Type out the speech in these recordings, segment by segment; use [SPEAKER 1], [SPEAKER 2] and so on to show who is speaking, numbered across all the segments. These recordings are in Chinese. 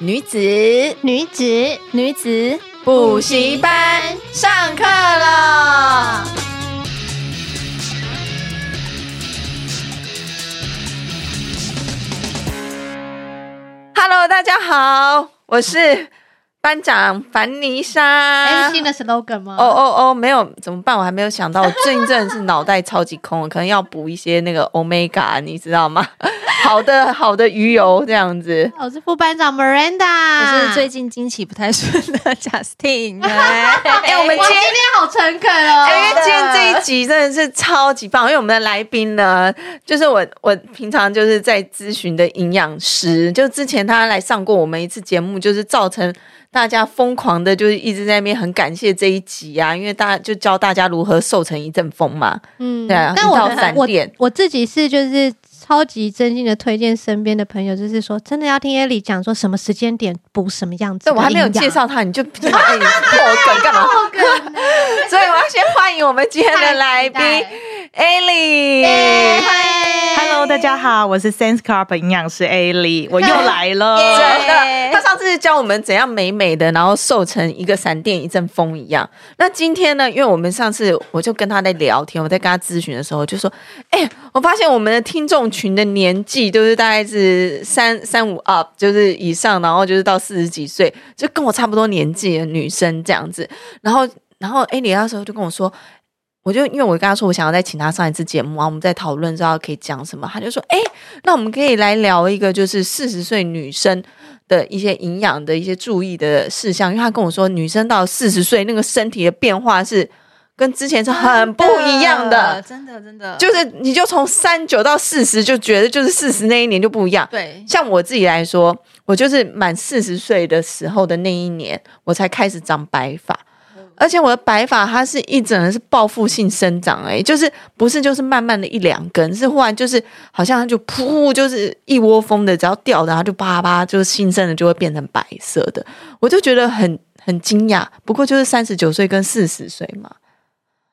[SPEAKER 1] 女子
[SPEAKER 2] 女子
[SPEAKER 3] 女子
[SPEAKER 1] 补习班上课了。Hello，大家好，我是班长凡妮
[SPEAKER 2] 哎、
[SPEAKER 1] 莎。
[SPEAKER 2] 新的 slogan 吗？
[SPEAKER 1] 啊哦哦哦，没有怎么办？我还没有想到，我最近真的是脑袋超级空，可能要补一些那个 omega，你知道吗？ 好的好的鱼油这样子。
[SPEAKER 2] 我哦是副班长
[SPEAKER 3] 我
[SPEAKER 2] Miranda，
[SPEAKER 3] 是最近经期不太顺的 Justin，哎
[SPEAKER 1] 哎、我们
[SPEAKER 2] 我
[SPEAKER 1] 今
[SPEAKER 2] 今
[SPEAKER 1] 天
[SPEAKER 2] 天好诚恳哦，
[SPEAKER 1] 因为今天这一集真的是超级棒，因为我们的来宾呢，就是我我平常就是在咨询的营养师，就之前他来上过我们一次节目，就是造成大家疯狂的，就是一直在那边很感谢这一集啊，因为大家就教大家如何瘦成一阵风嘛，
[SPEAKER 2] 嗯
[SPEAKER 1] 对啊，
[SPEAKER 2] 但我
[SPEAKER 1] 一到三
[SPEAKER 2] 我
[SPEAKER 1] 点，
[SPEAKER 2] 我自己是就是超级真心的推荐身边的朋友，就是说真的要听 Ellie 讲说什么时间点补什么样子的
[SPEAKER 1] 对
[SPEAKER 2] 营养。
[SPEAKER 1] 我还没有介绍他，你就你 破梗 干嘛？所以我要先欢迎我们今天的来宾
[SPEAKER 2] 太期待
[SPEAKER 1] Ellie。
[SPEAKER 4] Hello，大家好，我是 Sense Carp 营养师 A 莉，我又来了。
[SPEAKER 1] 真的，他上次是教我们怎样美美的，然后瘦成一个闪电一阵风一样。那今天呢？因为我们上次我就跟他在聊天，我在跟他咨询的时候就说：“哎、我发现我们的听众群的年纪都是大概是三三五 up，就是以上，然后就是到四十几岁，就跟我差不多年纪的女生这样子。”然后，然后 A 莉那时候就跟我说。我就因为我跟他说我想要再请他上一次节目啊，我们在讨论知道可以讲什么，他就说：“哎、那我们可以来聊一个就是四十岁女生的一些营养的一些注意的事项，因为他跟我说，女生到四十岁那个身体的变化是跟之前是很不一样的，
[SPEAKER 3] 真的真的
[SPEAKER 1] 就是你就从三九到四十就觉得就是四十那一年就不一样。
[SPEAKER 3] 对，
[SPEAKER 1] 像我自己来说，我就是满四十岁的时候的那一年，我才开始长白发。而且我的白发它是一整个是报复性生长、欸，哎，就是不是就是慢慢的一两根，是忽然就是好像它就噗，就是一窝蜂的，只要掉的它就叭叭，就是新生的就会变成白色的，我就觉得很很惊讶。不过就是三十九岁跟四十岁嘛，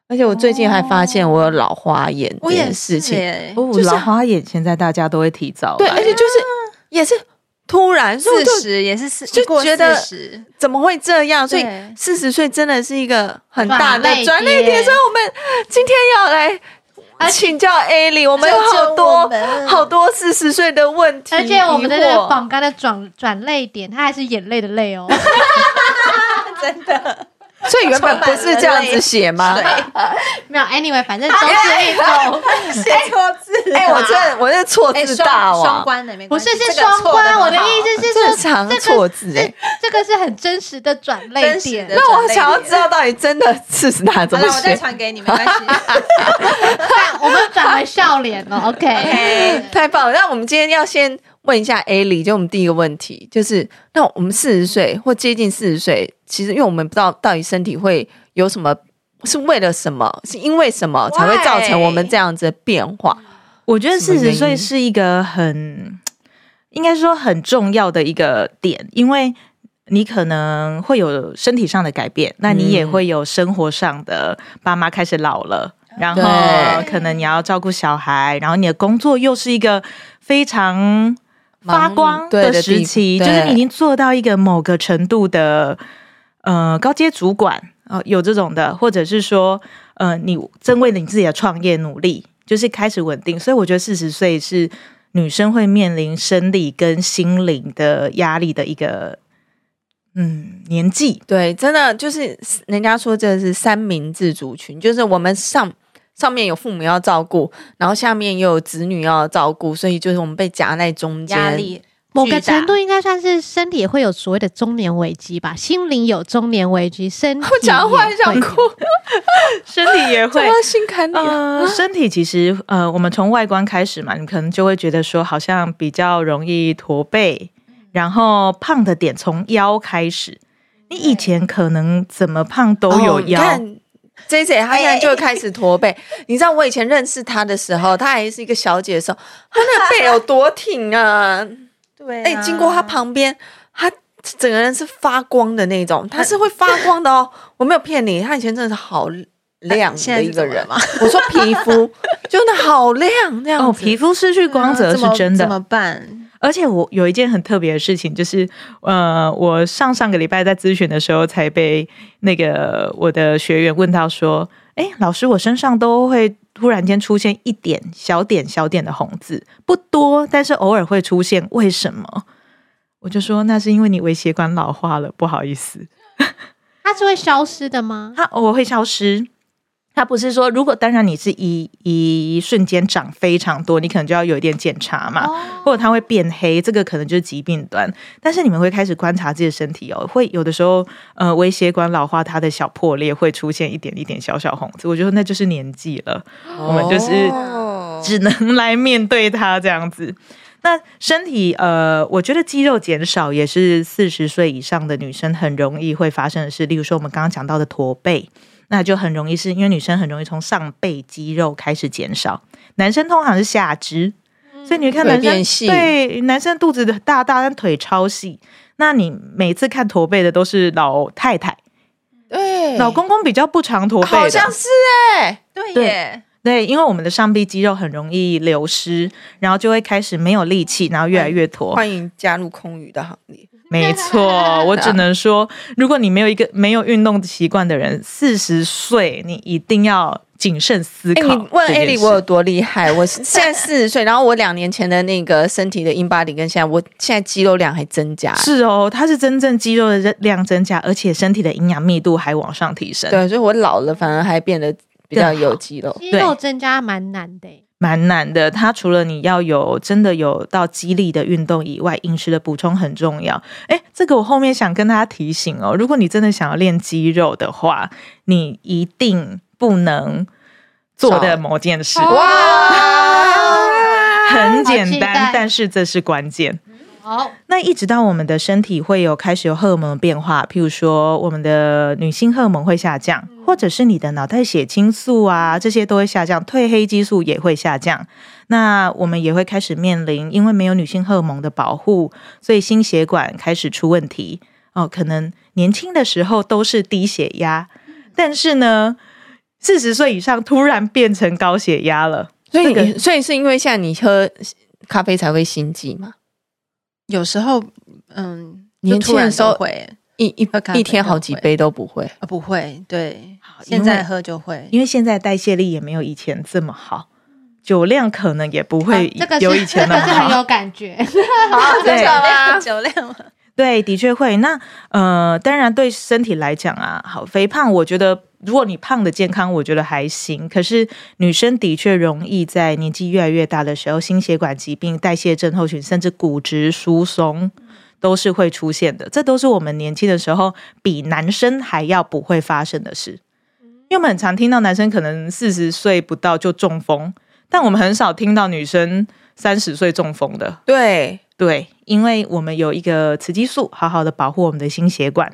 [SPEAKER 1] 而且我最近还发现我有老花眼这
[SPEAKER 3] 我
[SPEAKER 1] 件
[SPEAKER 3] 也
[SPEAKER 1] 事
[SPEAKER 3] 是
[SPEAKER 1] 情，
[SPEAKER 3] 耶，
[SPEAKER 4] 哦，老花眼现在大家都会提早
[SPEAKER 1] 对，而且就是也是突然，所以我就
[SPEAKER 3] 四十也是四，
[SPEAKER 1] 就
[SPEAKER 3] 过
[SPEAKER 1] 觉得
[SPEAKER 3] 40
[SPEAKER 1] 怎么会这样？所以
[SPEAKER 3] 对
[SPEAKER 1] 四十岁真的是一个很大的
[SPEAKER 2] 转捩点
[SPEAKER 1] 转捩点，所以我们今天要来。请教 A 莉，我们有好多好多四十岁的问题疑惑，
[SPEAKER 2] 而且我们的那个榜杆的转转泪点，它还是眼泪的泪哦。
[SPEAKER 1] 所以原本不是这样子写吗？
[SPEAKER 2] 没有，anyway，反正都是一种，
[SPEAKER 3] 写错字啊
[SPEAKER 1] 哎，我这我这错
[SPEAKER 3] 哎
[SPEAKER 1] 字大
[SPEAKER 3] 双双
[SPEAKER 1] 哦，
[SPEAKER 3] 关的没
[SPEAKER 2] 不
[SPEAKER 3] 关系
[SPEAKER 2] 是是
[SPEAKER 3] 这个
[SPEAKER 2] 双
[SPEAKER 3] 错得
[SPEAKER 2] 关。
[SPEAKER 3] 很
[SPEAKER 2] 我的
[SPEAKER 3] 好
[SPEAKER 2] 意思是
[SPEAKER 1] 正
[SPEAKER 2] 说，
[SPEAKER 1] 常
[SPEAKER 2] 这
[SPEAKER 1] 错
[SPEAKER 2] 个
[SPEAKER 1] 字哎。
[SPEAKER 2] 这个是很真实的转泪
[SPEAKER 3] 真实
[SPEAKER 2] 点
[SPEAKER 3] 的。
[SPEAKER 1] 那我想要知道到底真的四十大怎
[SPEAKER 3] 好
[SPEAKER 1] 么
[SPEAKER 3] 了，我再
[SPEAKER 1] 写？
[SPEAKER 3] 传给你，没关系。
[SPEAKER 2] 但 我们转为笑脸了，OK。
[SPEAKER 1] 太棒了！那我们今天要先问一下 A 莉，就我们第一个问题就是，那我们四十岁或接近四十岁，其实因为我们不知道到底身体会有什么，是为了什么，是因为什么
[SPEAKER 3] Why？
[SPEAKER 1] 才会造成我们这样子的变化？
[SPEAKER 4] 我觉得
[SPEAKER 1] 什么原
[SPEAKER 4] 四十
[SPEAKER 1] 因
[SPEAKER 4] 岁是一个很，应该说很重要的一个点，因为你可能会有身体上的改变，那你也会有生活上的，爸妈开始老了，然后
[SPEAKER 1] 对
[SPEAKER 4] 可能你要照顾小孩，然后你的工作又是一个非常发
[SPEAKER 1] 忙碌
[SPEAKER 4] 光
[SPEAKER 1] 对的
[SPEAKER 4] 时
[SPEAKER 1] 地
[SPEAKER 4] 期，
[SPEAKER 1] 对
[SPEAKER 4] 就是你已经做到一个某个程度的呃高阶主管呃，有这种的，或者是说呃，你正为了你自己的创业努力，就是开始稳定。所以我觉得四十岁是女生会面临生理跟心灵的压力的一个嗯年 纪。
[SPEAKER 1] 对，真的就是人家说这是三明治族群，就是我们上上面有父母要照顾，然后下面又有子女要照顾，所以就是我们被夹在中间，
[SPEAKER 3] 压力
[SPEAKER 2] 某个程度
[SPEAKER 3] 巨
[SPEAKER 2] 应该算是身体也会有所谓的中年危机吧，心灵有中年危机，身体
[SPEAKER 1] 我讲到忽然
[SPEAKER 2] 也会
[SPEAKER 1] 想哭，
[SPEAKER 4] 身体也
[SPEAKER 1] 怎
[SPEAKER 4] 会。
[SPEAKER 1] 么心 坎里啊？
[SPEAKER 4] 呃，身体其实呃，我们从外观开始嘛，你可能就会觉得说，好像比较容易驼背，
[SPEAKER 1] 嗯
[SPEAKER 4] 然后胖的点从腰开始。你以前可能怎么胖都有
[SPEAKER 1] 哦你
[SPEAKER 4] 腰，
[SPEAKER 1] 看 J J 她现
[SPEAKER 3] 哎
[SPEAKER 1] 在就开始驼背，你知道我以前认识她的时候，她还是一个小姐的时候，她那个背有多挺啊！
[SPEAKER 3] 大 对、啊，
[SPEAKER 1] 哎、经过她旁边，她整个人是发光的那种，她是会发光的哦，我没有骗你，她以前真的是好亮
[SPEAKER 3] 哎现
[SPEAKER 1] 的
[SPEAKER 3] 在
[SPEAKER 1] 一
[SPEAKER 3] 是
[SPEAKER 1] 个
[SPEAKER 3] 怎么
[SPEAKER 1] 人
[SPEAKER 3] 了吗，
[SPEAKER 1] 我说皮肤真的好亮，那样
[SPEAKER 4] 哦，
[SPEAKER 1] 子嗯
[SPEAKER 4] 皮肤失去光泽
[SPEAKER 3] 啊怎
[SPEAKER 4] 是
[SPEAKER 3] 么
[SPEAKER 4] 真的
[SPEAKER 3] 怎。么办？
[SPEAKER 4] 而且我有一件很特别的事情，就是呃，我上上个礼拜在咨询的时候，才被那个我的学员问到说：“哎，老师，我身上都会突然间出现一点小点小点的红字，不多，但是偶尔会出现，为什么？”我就说：“那是因为你微血管老化了，不好意思。”
[SPEAKER 2] 它是会消失的吗？
[SPEAKER 4] 它偶尔会消失。它不是说，如果当然你是一一瞬间涨非常多，你可能就要有一点检查嘛，或者它会变黑，这个可能就是疾病端。但是你们会开始观察自己的身体哦，会有的时候，呃，微血管老化，它的小破裂会出现一点一点小小红字，我觉得那就是年纪了，我们就是
[SPEAKER 1] 哦
[SPEAKER 4] 只能来面对它这样子。 那身体呃，我觉得肌肉减少也是四十岁以上的女生很容易会发生的事。例如说我们刚刚讲到的驼背，那就很容易是因为女生很容易从上背肌肉开始减少，男生通常是下肢，所以你会看
[SPEAKER 1] 腿
[SPEAKER 4] 男
[SPEAKER 1] 变
[SPEAKER 4] 生
[SPEAKER 1] 细
[SPEAKER 4] 对男生肚子大大，但腿超细。那你每次看驼背的都是老太太，
[SPEAKER 1] 对
[SPEAKER 4] 老公公比较不常驼背的，
[SPEAKER 1] 好像是哎、
[SPEAKER 3] 对
[SPEAKER 4] 对
[SPEAKER 3] 耶，
[SPEAKER 4] 对，因为我们的上臂肌肉很容易流失，然后就会开始没有力气，然后越来越驼。
[SPEAKER 1] 欢迎加入空余的行列，
[SPEAKER 4] 没错，我只能说，如果你没有一个没有运动习惯的人，四十岁你一定要谨慎思
[SPEAKER 1] 哎、
[SPEAKER 4] 考这件
[SPEAKER 1] 你
[SPEAKER 4] 事。
[SPEAKER 1] 问艾莉我有多厉害？我是现在四十岁，然后我两年前的那个身体的 in body 跟现在，我现在肌肉量还增加、
[SPEAKER 4] 是哦，它是真正肌肉的量增加，而且身体的营养密度还往上提升，
[SPEAKER 1] 对，所以我老了反而还变得比较有肌 肉。
[SPEAKER 2] 肌肉增加蛮难的欸、
[SPEAKER 4] 蛮难的。它除了你要有真的有到肌力的运动以外，饮食的补充很重要。哎，这个我后面想跟大家提醒哦，如果你真的想要练肌肉的话，你一定不能做的某件事。
[SPEAKER 2] 哦
[SPEAKER 1] 哇！
[SPEAKER 4] 很简
[SPEAKER 2] 好期
[SPEAKER 4] 单
[SPEAKER 2] 待，
[SPEAKER 4] 但是这是关键。
[SPEAKER 2] 好，
[SPEAKER 4] 那一直到我们的身体会有开始有荷尔蒙的变化，譬如说我们的女性荷尔蒙会下降，
[SPEAKER 1] 嗯
[SPEAKER 4] 或者是你的脑袋血清素啊这些都会下降，褪黑激素也会下降。那我们也会开始面临，因为没有女性荷尔蒙的保护，所以心血管开始出问题。哦，可能年轻的时候都是低血压，
[SPEAKER 1] 嗯
[SPEAKER 4] 但是呢，四十岁以上突然变成高血压了。
[SPEAKER 1] 所以
[SPEAKER 4] 这个
[SPEAKER 1] 你，所以是因为现在你喝咖啡才会心悸嘛？
[SPEAKER 3] 有时候嗯，
[SPEAKER 1] 年
[SPEAKER 3] 就
[SPEAKER 1] 轻
[SPEAKER 3] 突然
[SPEAKER 1] 的时候
[SPEAKER 3] 都会
[SPEAKER 1] 一一
[SPEAKER 3] 喝咖啡
[SPEAKER 1] 一天好几
[SPEAKER 3] 都会
[SPEAKER 1] 杯都不会。
[SPEAKER 3] 啊，不会，对，
[SPEAKER 4] 因为
[SPEAKER 3] 现在喝就会，
[SPEAKER 4] 因为现在代谢力也没有以前这么好，酒量可能也不会
[SPEAKER 2] 啊这个
[SPEAKER 4] 有
[SPEAKER 2] 是
[SPEAKER 4] 以 前
[SPEAKER 2] 这
[SPEAKER 4] 那
[SPEAKER 2] 个
[SPEAKER 4] 么
[SPEAKER 2] 是很
[SPEAKER 4] 好。
[SPEAKER 2] 有感觉，
[SPEAKER 1] 好，
[SPEAKER 4] 真的
[SPEAKER 1] 吗？
[SPEAKER 3] 酒量嘛
[SPEAKER 4] 对，的确会。那呃，当然对身体来讲啊，好肥胖，我觉得如果你胖的健康，我觉得还行。可是女生的确容易在年纪越来越大的时候，心血管疾病、代谢症候群，甚至骨质疏松。都是会出现的，这都是我们年轻的时候比男生还要不会发生的事。因为我们很常听到男生可能四十岁不到就中风，但我们很少听到女生三十岁中风的。
[SPEAKER 1] 对，
[SPEAKER 4] 对，因为我们有一个雌激素，好好的保护我们的心血管。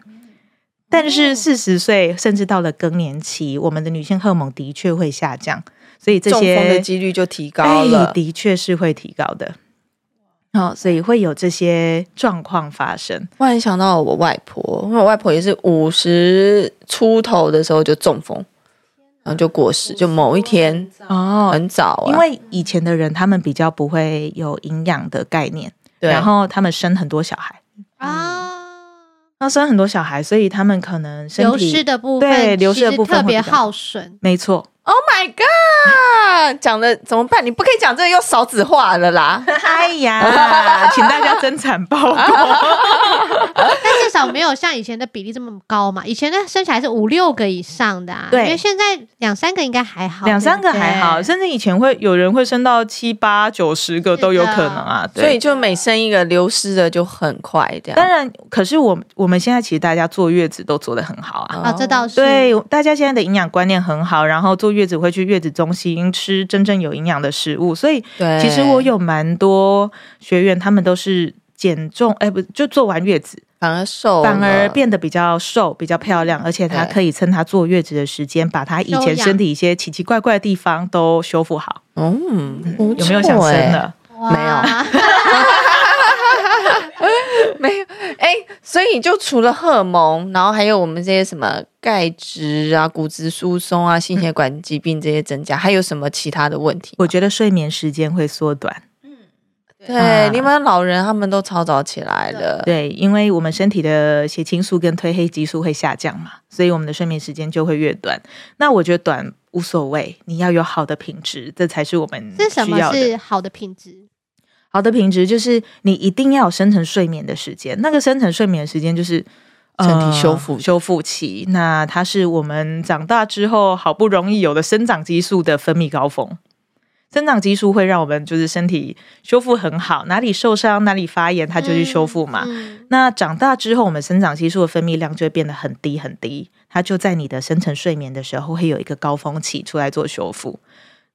[SPEAKER 4] 但
[SPEAKER 1] 哦
[SPEAKER 4] 是四十岁甚至到了更年期，我们的女性荷尔蒙的确会下降，所以这
[SPEAKER 1] 中
[SPEAKER 4] 些
[SPEAKER 1] 风的几率就提高
[SPEAKER 4] 哎
[SPEAKER 1] 了。
[SPEAKER 4] 的确是会提高的。哦，所以会有这些状况发生。
[SPEAKER 1] 突然想到我外婆，因为我外婆也是五十出头的时候就中风，然后就过世，就某一天
[SPEAKER 4] 哦，
[SPEAKER 1] 很早啊，
[SPEAKER 4] 因为以前的人他们比较不会有营养的概念，
[SPEAKER 1] 对
[SPEAKER 4] 然后他们生很多小孩，
[SPEAKER 2] 啊，
[SPEAKER 4] 那生很多小孩，所以他们可能身
[SPEAKER 2] 流
[SPEAKER 4] 体
[SPEAKER 2] 失的部
[SPEAKER 4] 对
[SPEAKER 2] 分
[SPEAKER 4] 流失的
[SPEAKER 2] 其实
[SPEAKER 4] 部分
[SPEAKER 2] 特
[SPEAKER 4] 会
[SPEAKER 2] 别
[SPEAKER 4] 比较
[SPEAKER 2] 耗损，
[SPEAKER 4] 没错，
[SPEAKER 1] Oh my god！讲的怎么办？你不可以讲这个又少子化了啦！
[SPEAKER 4] 哎 呀，请大家增产报
[SPEAKER 1] 哦
[SPEAKER 4] 国。
[SPEAKER 2] 但至少没有像以前的比例这么高嘛。以前的生起来是五六个以上的、啊，
[SPEAKER 4] 对
[SPEAKER 2] 因为现在两三个应该还好，
[SPEAKER 4] 两三个
[SPEAKER 2] 对不对
[SPEAKER 4] 还好，甚至以前会有人会升到七八九十个都有可能啊。
[SPEAKER 1] 嗯
[SPEAKER 4] 对
[SPEAKER 1] 所以嗯就每生一个流失的就很快，这样。
[SPEAKER 4] 当然，可是我我们现在其实大家坐月子都做得很好
[SPEAKER 1] 嗯哦
[SPEAKER 4] 啊。
[SPEAKER 2] 啊，这倒是
[SPEAKER 4] 对，大家现在的营养观念很好，然后坐月子会去月子中心吃真正有营养的食物，所以
[SPEAKER 1] 对，
[SPEAKER 4] 其实我有蛮多学员，他们都是减重，哎、不就做完月子，
[SPEAKER 1] 反而瘦了，
[SPEAKER 4] 反而变得比较瘦、比较漂亮，而且她
[SPEAKER 1] 对
[SPEAKER 4] 可以趁她坐月子的时间，把她以
[SPEAKER 2] 修
[SPEAKER 4] 前
[SPEAKER 2] 养
[SPEAKER 4] 身体一些奇奇怪怪的地方都修复好。
[SPEAKER 1] 嗯，不
[SPEAKER 4] 有没有想
[SPEAKER 1] 错
[SPEAKER 4] 生
[SPEAKER 1] 欸
[SPEAKER 4] 了？
[SPEAKER 2] 哇
[SPEAKER 1] 没有没有，哎、所以就除了荷尔蒙，然后还有我们这些什么钙质啊、骨质疏松啊、心血管疾病这些增加，还有什么其他的问题？
[SPEAKER 4] 我觉得睡眠时间会缩短，
[SPEAKER 1] 对，
[SPEAKER 4] 啊
[SPEAKER 1] 你们老人他们都超早起来了，
[SPEAKER 4] 对，因为我们身体的血清素跟褪黑激素会下降嘛，所以我们的睡眠时间就会越短。那我觉得短无所谓，你要有好的品质，这才是我们
[SPEAKER 2] 是什
[SPEAKER 4] 需
[SPEAKER 2] 么
[SPEAKER 4] 要的。
[SPEAKER 2] 是好的品质？
[SPEAKER 4] 好的品质就是你一定要有深层睡眠的时间，那个深层睡眠的时间就是。呃
[SPEAKER 1] 身体修复
[SPEAKER 4] 修复期，那它是我们长大之后好不容易有的生长激素的分泌高峰。生长激素会让我们就是身体修复很好，哪里受伤哪里发炎，它就去修复嘛。
[SPEAKER 2] 嗯
[SPEAKER 4] 那长大之后，我们生长激素的分泌量就会变得很低很低，它就在你的深层睡眠的时候会有一个高峰期出来做修复。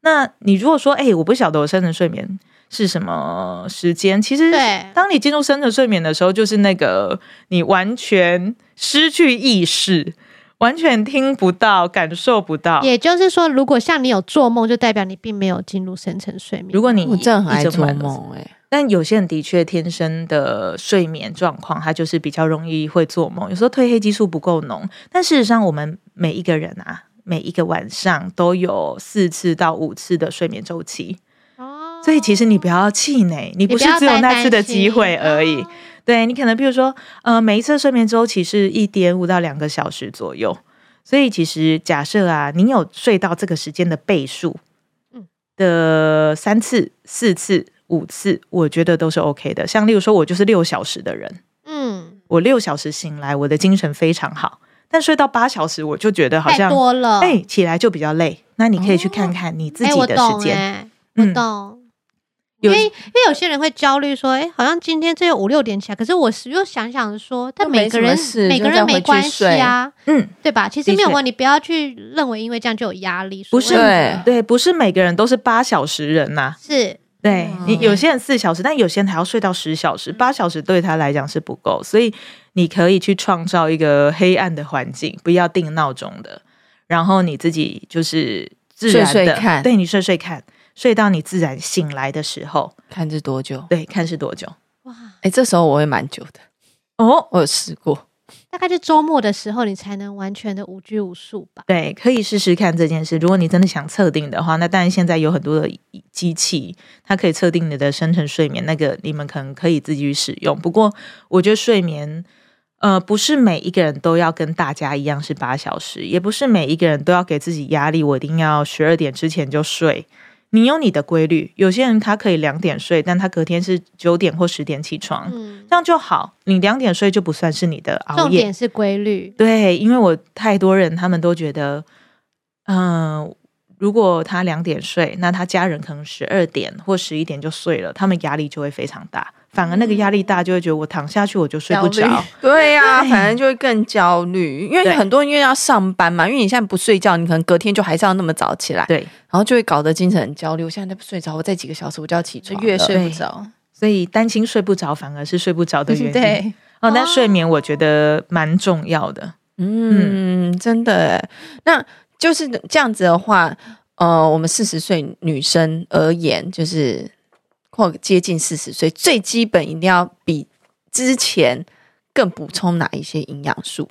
[SPEAKER 4] 那你如果说，哎、我不晓得我深层睡眠是什么时间，其实
[SPEAKER 2] 嗯对
[SPEAKER 4] 当你进入深层睡眠的时候，就是那个你完全失去意识，完全听不到、感受不到。
[SPEAKER 2] 也就是说，如果像你有做梦，就代表你并没有进入深层睡眠。
[SPEAKER 4] 如果你
[SPEAKER 1] 我真的很
[SPEAKER 4] 一
[SPEAKER 1] 爱
[SPEAKER 4] 整
[SPEAKER 1] 做
[SPEAKER 4] 晚都是
[SPEAKER 1] 梦、哎，
[SPEAKER 4] 但有些人的确天生的睡眠状况，他就是比较容易会做梦，有时候褪黑激素不够浓。但事实上，我们每一个人啊，每一个晚上都有四次到五次的睡眠周期，
[SPEAKER 2] 哦
[SPEAKER 4] 所以其实你不要气馁，你
[SPEAKER 2] 你
[SPEAKER 4] 不是
[SPEAKER 2] 要
[SPEAKER 4] 只有
[SPEAKER 2] 再
[SPEAKER 4] 那
[SPEAKER 2] 担
[SPEAKER 4] 次的
[SPEAKER 2] 心
[SPEAKER 4] 机会而已。
[SPEAKER 2] 哦
[SPEAKER 4] 对你可能，比如说，呃，每一次睡眠周期是一点五到两个小时左右，所以其实假设啊，你有睡到这个时间的倍数，
[SPEAKER 2] 嗯
[SPEAKER 4] 的三次、四次、五次，我觉得都是 OK 的。像例如说，我就是六小时的人，
[SPEAKER 2] 嗯，
[SPEAKER 4] 我六小时醒来，我的精神非常好，但睡到八小时，我就觉得好
[SPEAKER 2] 太
[SPEAKER 4] 像，
[SPEAKER 2] 多了。
[SPEAKER 4] 哎、起来就比较累。那你可以去看看你自
[SPEAKER 2] 哎
[SPEAKER 4] 己
[SPEAKER 2] 我
[SPEAKER 4] 的时
[SPEAKER 2] 懂
[SPEAKER 4] 间，
[SPEAKER 2] 哎，我
[SPEAKER 4] 嗯
[SPEAKER 2] 懂。因
[SPEAKER 4] 有
[SPEAKER 2] 为因为有些人会焦虑说，哎，好像今天只有五六点起来，可是我是又想想说，但
[SPEAKER 1] 又没
[SPEAKER 2] 每个
[SPEAKER 1] 什么
[SPEAKER 2] 人
[SPEAKER 1] 事
[SPEAKER 2] 每
[SPEAKER 1] 就
[SPEAKER 2] 个
[SPEAKER 1] 再
[SPEAKER 2] 人
[SPEAKER 1] 回
[SPEAKER 2] 没
[SPEAKER 1] 去
[SPEAKER 2] 关系
[SPEAKER 1] 睡
[SPEAKER 2] 啊，
[SPEAKER 4] 嗯。
[SPEAKER 2] 对吧？其实
[SPEAKER 4] 的
[SPEAKER 2] 没有
[SPEAKER 4] 确
[SPEAKER 2] 问题，不要去认为因为这样就有压力，
[SPEAKER 4] 不
[SPEAKER 2] 所
[SPEAKER 4] 是
[SPEAKER 2] 谓
[SPEAKER 1] 对
[SPEAKER 2] 的
[SPEAKER 4] 对，不是每个人都是八小时人呐、
[SPEAKER 2] 是
[SPEAKER 4] 对
[SPEAKER 1] 嗯
[SPEAKER 4] 你有些人四小时，但有些人还要睡到十小时，八小时对他来讲是不够，所以你可以去创造一个黑暗的环境，不要定闹钟的，然后你自己就是自然的，
[SPEAKER 1] 睡睡看
[SPEAKER 4] 对你睡睡看，睡到你自然醒来的时候，
[SPEAKER 1] 看这多久？
[SPEAKER 4] 对，看是多久
[SPEAKER 2] 哇，
[SPEAKER 1] 哎、这时候我会蛮久的，
[SPEAKER 4] 哦。
[SPEAKER 1] 我有试过，
[SPEAKER 2] 大概就周末的时候你才能完全的无拘无束吧。
[SPEAKER 4] 对，可以试试看这件事。如果你真的想测定的话，那当然现在有很多的机器，它可以测定你的深层睡眠，那个你们可能可以自己去使用。不过，我觉得睡眠，呃，不是每一个人都要跟大家一样是八小时，也不是每一个人都要给自己压力，我一定要十二点之前就睡。你有你的规律，有些人他可以两点睡，但他隔天是九点或十点起床，
[SPEAKER 2] 嗯，
[SPEAKER 4] 这样就好。你两点睡就不算是你的熬
[SPEAKER 2] 重
[SPEAKER 4] 夜
[SPEAKER 2] 点是规律。
[SPEAKER 4] 对，因为我太多人，他们都觉得，嗯、如果他两点睡，那他家人可能十二点或十一点就睡了，他们压力就会非常大。反而那个压力大，就会觉得我躺下去我就睡不
[SPEAKER 1] 焦虑
[SPEAKER 4] 着。
[SPEAKER 1] 对呀、
[SPEAKER 4] 对
[SPEAKER 1] 反正就会更焦虑，因为
[SPEAKER 4] 对
[SPEAKER 1] 很多人因为要上班嘛，因为你现在不睡觉，你可能隔天就还是要那么早起来，
[SPEAKER 4] 对，
[SPEAKER 1] 然后就会搞得精神很焦虑。我现在再不睡着，我再几个小时我就要起
[SPEAKER 3] 就
[SPEAKER 1] 床了，
[SPEAKER 3] 越睡
[SPEAKER 4] 对
[SPEAKER 3] 不着。
[SPEAKER 4] 所以担心睡不着，反而是睡不着的原因。
[SPEAKER 3] 对，
[SPEAKER 4] 哦，但睡眠我觉得蛮重要的。
[SPEAKER 1] 嗯，真的耶，那就是这样子的话，呃，我们四十岁女生而言，就是或接近四十岁，最基本一定要比之前更补充哪一些营养素，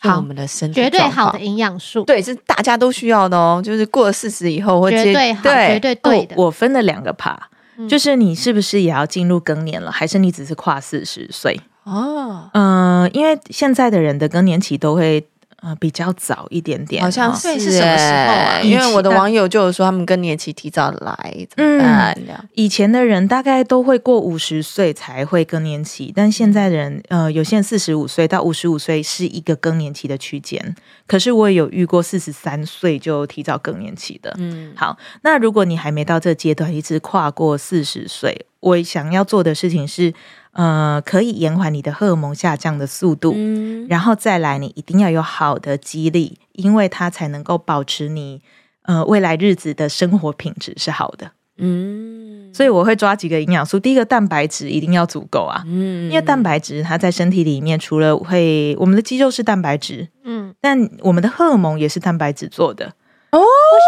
[SPEAKER 1] 对
[SPEAKER 2] 好
[SPEAKER 1] 我们的身体
[SPEAKER 2] 绝对
[SPEAKER 1] 状
[SPEAKER 2] 好的
[SPEAKER 1] 况，
[SPEAKER 2] 营养素，
[SPEAKER 1] 对，是大家都需要的哦。就是过了四十以后，或接
[SPEAKER 2] 绝对好，绝对对的。
[SPEAKER 4] 我我分了两个 part，、
[SPEAKER 2] 嗯
[SPEAKER 4] 就是你是不是也要进入更年了，还是你只是跨四十岁？
[SPEAKER 1] 哦，
[SPEAKER 4] 嗯，因为现在的人的更年期都会，呃比较早一点点，
[SPEAKER 1] 好像
[SPEAKER 4] 哦
[SPEAKER 1] 是、
[SPEAKER 3] 对是什么时候啊
[SPEAKER 1] 欸
[SPEAKER 4] 以
[SPEAKER 1] 因
[SPEAKER 4] 前
[SPEAKER 1] 为我的网友就有说他们更年期提早来，怎么办？这样
[SPEAKER 4] 以前的人大概都会过五十岁才会更年期，但现在人
[SPEAKER 1] 嗯
[SPEAKER 4] 呃，有些人四十五岁到五十五岁是一个更年期的区间。可是我也有遇过四十三岁就提早更年期的。
[SPEAKER 1] 嗯，
[SPEAKER 4] 好，那如果你还没到这阶段，一直跨过四十岁，我想要做的事情是，呃，可以延缓你的荷尔蒙下降的速度，
[SPEAKER 1] 嗯，
[SPEAKER 4] 然后再来，你一定要有好的激励，因为它才能够保持你呃未来日子的生活品质是好的。
[SPEAKER 1] 嗯，
[SPEAKER 4] 所以我会抓几个营养素。第一个，蛋白质一定要足够啊，
[SPEAKER 1] 嗯
[SPEAKER 4] 因为蛋白质它在身体里面除了会，我们的肌肉是蛋白质，
[SPEAKER 2] 嗯，
[SPEAKER 4] 但我们的荷尔蒙也是蛋白质做
[SPEAKER 1] 哦
[SPEAKER 4] 的，
[SPEAKER 2] 不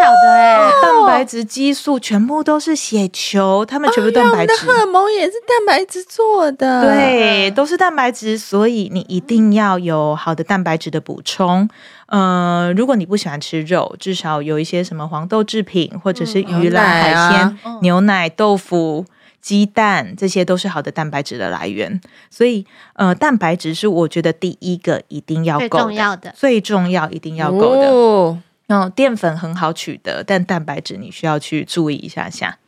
[SPEAKER 2] 晓得哎、
[SPEAKER 4] 蛋白质、激素全部都是血球，它们
[SPEAKER 1] 哦
[SPEAKER 4] 全部蛋白质。
[SPEAKER 1] 荷尔蒙也是蛋白质做的，嗯
[SPEAKER 4] 对，都是蛋白质，所以你一定要有好的蛋白质的补充。呃，如果你不喜欢吃肉，至少有一些什么黄豆制品，或者是
[SPEAKER 1] 嗯
[SPEAKER 4] 鱼
[SPEAKER 1] 牛
[SPEAKER 4] 啦、
[SPEAKER 1] 奶
[SPEAKER 4] 海
[SPEAKER 1] 啊
[SPEAKER 4] 鲜、
[SPEAKER 2] 嗯
[SPEAKER 4] 牛奶、豆腐。鸡蛋这些都是好的蛋白质的来源，所以呃，蛋白质是我觉得第一个一定要
[SPEAKER 2] 最
[SPEAKER 4] 够的，
[SPEAKER 2] 重要的
[SPEAKER 4] 最重要一定要够的。
[SPEAKER 1] 的。
[SPEAKER 4] 嗯，淀粉很好取得，但蛋白质你需要去注意一下下。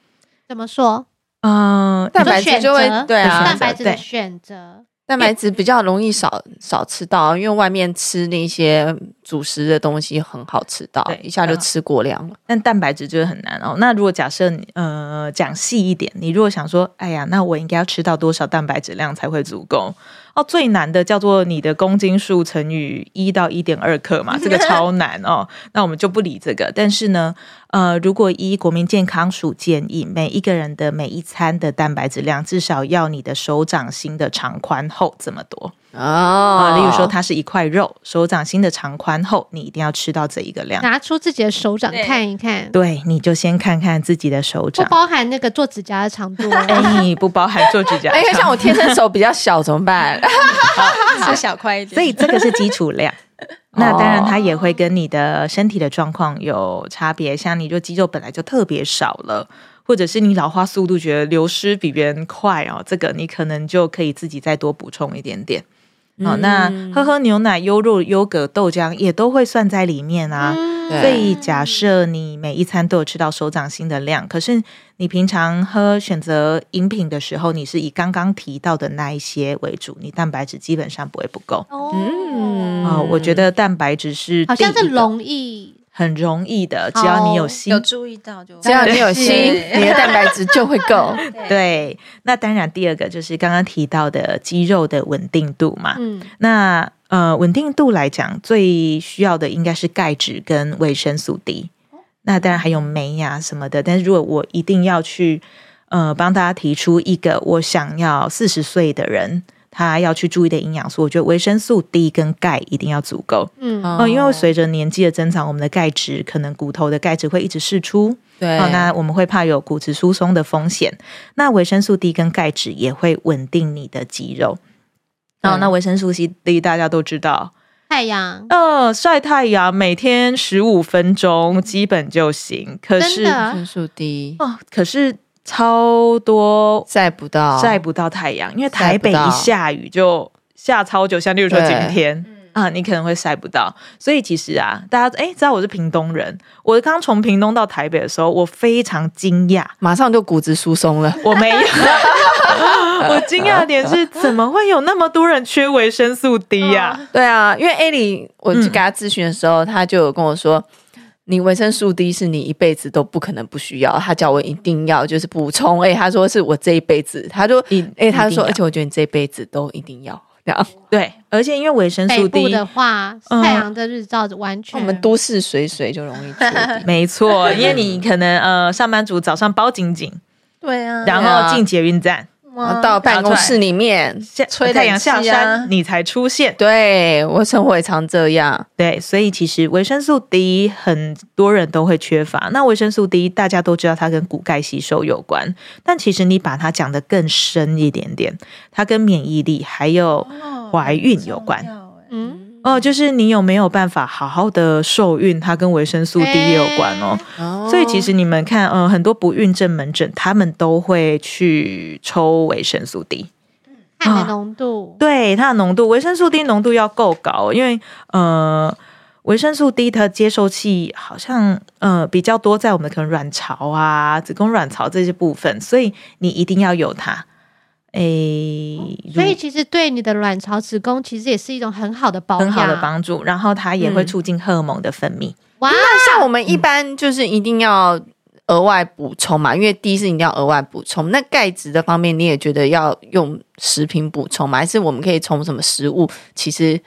[SPEAKER 2] 怎么说？
[SPEAKER 4] 嗯、
[SPEAKER 1] 蛋白质就会
[SPEAKER 2] 你说选择
[SPEAKER 1] 对啊
[SPEAKER 2] 蛋白质的
[SPEAKER 4] 对
[SPEAKER 2] 选择，
[SPEAKER 1] 蛋白质比较容易少少吃到，因为外面吃那些主食的东西很好吃到
[SPEAKER 4] 对，嗯
[SPEAKER 1] 一下就吃过量了。
[SPEAKER 4] 但蛋白质就是很难哦。那如果假设你呃讲细一点，你如果想说，哎呀，那我应该要吃到多少蛋白质量才会足够？哦，最难的叫做你的公斤数乘以一到一点二克嘛，这个超难哦。那我们就不理这个。但是呢，呃，如果依国民健康署建议，每一个人的每一餐的蛋白质量至少要你的手掌心的长宽厚这么多。啊、
[SPEAKER 1] 哦
[SPEAKER 4] 例如说它是一块肉，手掌心的长宽厚，你一定要吃到这一个量。
[SPEAKER 2] 拿出自己的手掌
[SPEAKER 3] 对
[SPEAKER 2] 看一看，
[SPEAKER 4] 对，你就先看看自己的手
[SPEAKER 2] 不
[SPEAKER 4] 掌，
[SPEAKER 2] 包含那个做指甲的长度哦。
[SPEAKER 4] 哎，不包含做指甲
[SPEAKER 1] 哎，像
[SPEAKER 4] 我，
[SPEAKER 1] 我天生手比较小怎么办？
[SPEAKER 3] 吃小块一 点。
[SPEAKER 4] 所以这个是基础量。那当然，它也会跟你的身体的状况有差别。像你就肌肉本来就特别少了，或者是你老化速度觉得流失比别人快哦，这个你可能就可以自己再多补充一点点。哦，那喝喝牛奶、优酪、优格、豆浆也都会算在里面啊。
[SPEAKER 1] 对
[SPEAKER 4] 所以假设你每一餐都有吃到手掌心的量，可是你平常喝选择饮品的时候，你是以刚刚提到的那一些为主，你蛋白质基本上不会不够。
[SPEAKER 2] 哦，
[SPEAKER 1] 嗯
[SPEAKER 4] 啊、我觉得蛋白质是
[SPEAKER 2] 好像
[SPEAKER 4] 第
[SPEAKER 2] 是
[SPEAKER 4] 一个
[SPEAKER 2] 容易
[SPEAKER 4] 很容易的，只要你有心
[SPEAKER 3] 有注意到就
[SPEAKER 1] 只要你有心，
[SPEAKER 3] 对
[SPEAKER 1] 你的蛋白质就会够。
[SPEAKER 4] 对，那当然，第二个就是刚刚提到的肌肉的稳定度嘛。
[SPEAKER 2] 嗯
[SPEAKER 4] 那呃，稳定度来讲，最需要的应该是钙质跟维生素 D。那当然还有镁呀、什么的，但是如果我一定要去呃帮大家提出一个我想要四十岁的人他要去注意的营养素，我觉得维生素 D 跟钙一定要足够。
[SPEAKER 2] 嗯，
[SPEAKER 4] 哦，因为随着年纪的增长，我们的钙质可能骨头的钙质会一直释出，
[SPEAKER 1] 对
[SPEAKER 4] 哦，那我们会怕有骨质疏松的风险。那维生素 D 跟钙质也会稳定你的肌肉。
[SPEAKER 1] 对
[SPEAKER 4] 哦，那维生素 D 大家都知道，
[SPEAKER 2] 太阳
[SPEAKER 4] 呃，晒太阳每天十五分钟基本就行。可
[SPEAKER 2] 真
[SPEAKER 4] 呃是
[SPEAKER 2] 的
[SPEAKER 1] 啊分数低，
[SPEAKER 4] 哦，可是超多
[SPEAKER 1] 晒不到，
[SPEAKER 4] 晒不到太阳，因为台
[SPEAKER 1] 晒不
[SPEAKER 4] 北一
[SPEAKER 1] 到
[SPEAKER 4] 下雨就下超久，像例如说今
[SPEAKER 1] 对
[SPEAKER 4] 天。啊，你可能会晒不到，所以其实啊，大家哎，知道我是屏东人，我刚从屏东到台北的时候，我非常惊讶，
[SPEAKER 1] 马上就骨质疏松了。
[SPEAKER 4] 我没有，我惊讶的点是，怎么会有那么多人缺维生素 D 呀、
[SPEAKER 3] 嗯
[SPEAKER 1] 对啊，因为艾莉，我去给她咨询的时候，她就有跟我说，你维生素 D 是你一辈子都不可能不需要，她叫我一定要就是补充。哎、她说是我这一辈子，她就
[SPEAKER 4] 一
[SPEAKER 1] 哎、她
[SPEAKER 4] 一定
[SPEAKER 1] 说，
[SPEAKER 4] 要
[SPEAKER 1] 而且我觉得你这一辈子都一定要这样。
[SPEAKER 4] 对，而且因为维生
[SPEAKER 2] 北
[SPEAKER 4] 素
[SPEAKER 2] 部
[SPEAKER 4] D，
[SPEAKER 2] 的话，
[SPEAKER 4] 嗯
[SPEAKER 2] 太阳的日照完 全
[SPEAKER 1] 我们都市水水就容易缺 D，
[SPEAKER 4] 没错，因为你可能呃，上班族早上包紧紧，
[SPEAKER 3] 对啊，
[SPEAKER 4] 然后进捷运站，
[SPEAKER 1] 然后
[SPEAKER 3] 哇
[SPEAKER 1] 到办公室里面。
[SPEAKER 4] 下
[SPEAKER 3] 吹冷
[SPEAKER 4] 太阳下
[SPEAKER 3] 气啊
[SPEAKER 4] 山，你才出现。
[SPEAKER 1] 对我生活也常这样，
[SPEAKER 4] 对，所以其实维生素 D 很多人都会缺乏。那维生素 D 大家都知道它跟骨钙吸收有关，但其实你把它讲得更深一点点，它跟免疫力还有
[SPEAKER 3] 哦
[SPEAKER 4] 怀孕有关。
[SPEAKER 2] 嗯
[SPEAKER 4] 哦，就是你有没有办法好好的受孕，它跟维生素 D 也有关哦。所以其实你们看，呃，很多不孕症门诊，他们都会去抽维生素 D，啊
[SPEAKER 2] 汗的浓度
[SPEAKER 4] 对它的浓度，维生素 D 浓度要够高，因为呃，维生素 D 的接受器好像呃比较多在我们可能卵巢啊、子宫卵巢这些部分，所以你一定要有它。诶、
[SPEAKER 2] 所以
[SPEAKER 4] 如
[SPEAKER 2] 其实对你的卵巢、子宫其实也是一种很好的保养，
[SPEAKER 4] 很好的帮嗯助，然后它也会
[SPEAKER 1] 嗯
[SPEAKER 4] 促进荷尔蒙的分泌。
[SPEAKER 2] 哇，
[SPEAKER 1] 那像我们一般就是一定要额外补充嘛，因为第一是一定要额外补充。那钙质的方面，你也觉得要用食品补充吗？还是我们可以从什么食物？其实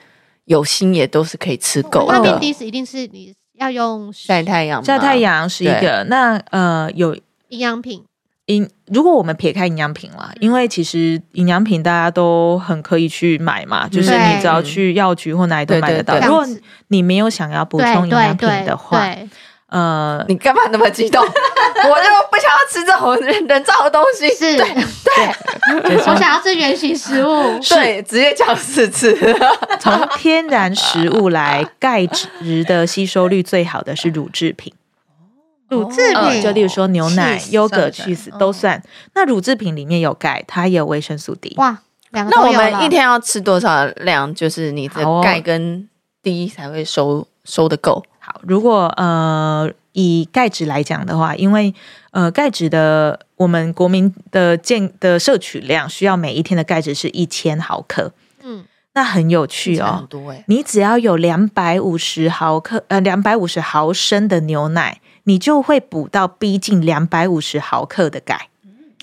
[SPEAKER 1] 有心也都是可以吃够
[SPEAKER 2] 外面
[SPEAKER 1] 的。
[SPEAKER 2] 哦第一是一定是你要用
[SPEAKER 1] 晒太阳，
[SPEAKER 4] 晒太，阳是一个，那呃有
[SPEAKER 2] 营养品，
[SPEAKER 4] 营，如果我们撇开营养品
[SPEAKER 2] 嗯
[SPEAKER 4] 啦，因为其实营养品大家都很可以去买
[SPEAKER 2] 嗯
[SPEAKER 4] 嘛，就是你只要去药局或哪里都
[SPEAKER 1] 对
[SPEAKER 4] 买得到。
[SPEAKER 1] 对对
[SPEAKER 4] 如果
[SPEAKER 2] 这样子
[SPEAKER 4] 你没有想要补
[SPEAKER 2] 对
[SPEAKER 4] 充营
[SPEAKER 2] 对
[SPEAKER 4] 养品
[SPEAKER 2] 对
[SPEAKER 4] 的话，
[SPEAKER 2] 对，
[SPEAKER 4] 呃，
[SPEAKER 1] 你干嘛那么激动？我就不想要吃这种人人造的东西。
[SPEAKER 2] 是，
[SPEAKER 1] 对
[SPEAKER 4] 就
[SPEAKER 2] 我
[SPEAKER 4] 从
[SPEAKER 2] 想要吃原型食物，
[SPEAKER 1] 对，直接讲四次。
[SPEAKER 4] 从天然食物来，钙质的吸收率最好的是乳制 品。
[SPEAKER 2] 哦乳制
[SPEAKER 4] 嗯，
[SPEAKER 2] 品
[SPEAKER 4] 就例如说牛奶、
[SPEAKER 3] Cheese
[SPEAKER 4] 优
[SPEAKER 2] 嗯
[SPEAKER 4] 格、
[SPEAKER 3] 算不算
[SPEAKER 4] cheese 都算。那乳制品里面有钙，它也有维生素 D。
[SPEAKER 2] 哇，两个
[SPEAKER 1] 那
[SPEAKER 2] 都
[SPEAKER 1] 我
[SPEAKER 2] 有
[SPEAKER 1] 们
[SPEAKER 2] 了
[SPEAKER 1] 一天要吃多少量？就是你的
[SPEAKER 4] 好哦
[SPEAKER 1] 钙跟 D 才会收收的够。
[SPEAKER 4] 好，如果呃以钙质来讲的话，因为呃钙质的我们国民的健的摄取量需要每一天的钙质是一千毫克，
[SPEAKER 2] 嗯，
[SPEAKER 4] 那很有趣
[SPEAKER 1] 听起来很
[SPEAKER 4] 哦。
[SPEAKER 1] 多哎、
[SPEAKER 4] 你只要有两百五十毫克呃两百五十毫升的牛奶，你就会补到逼近两百五十毫克的钙，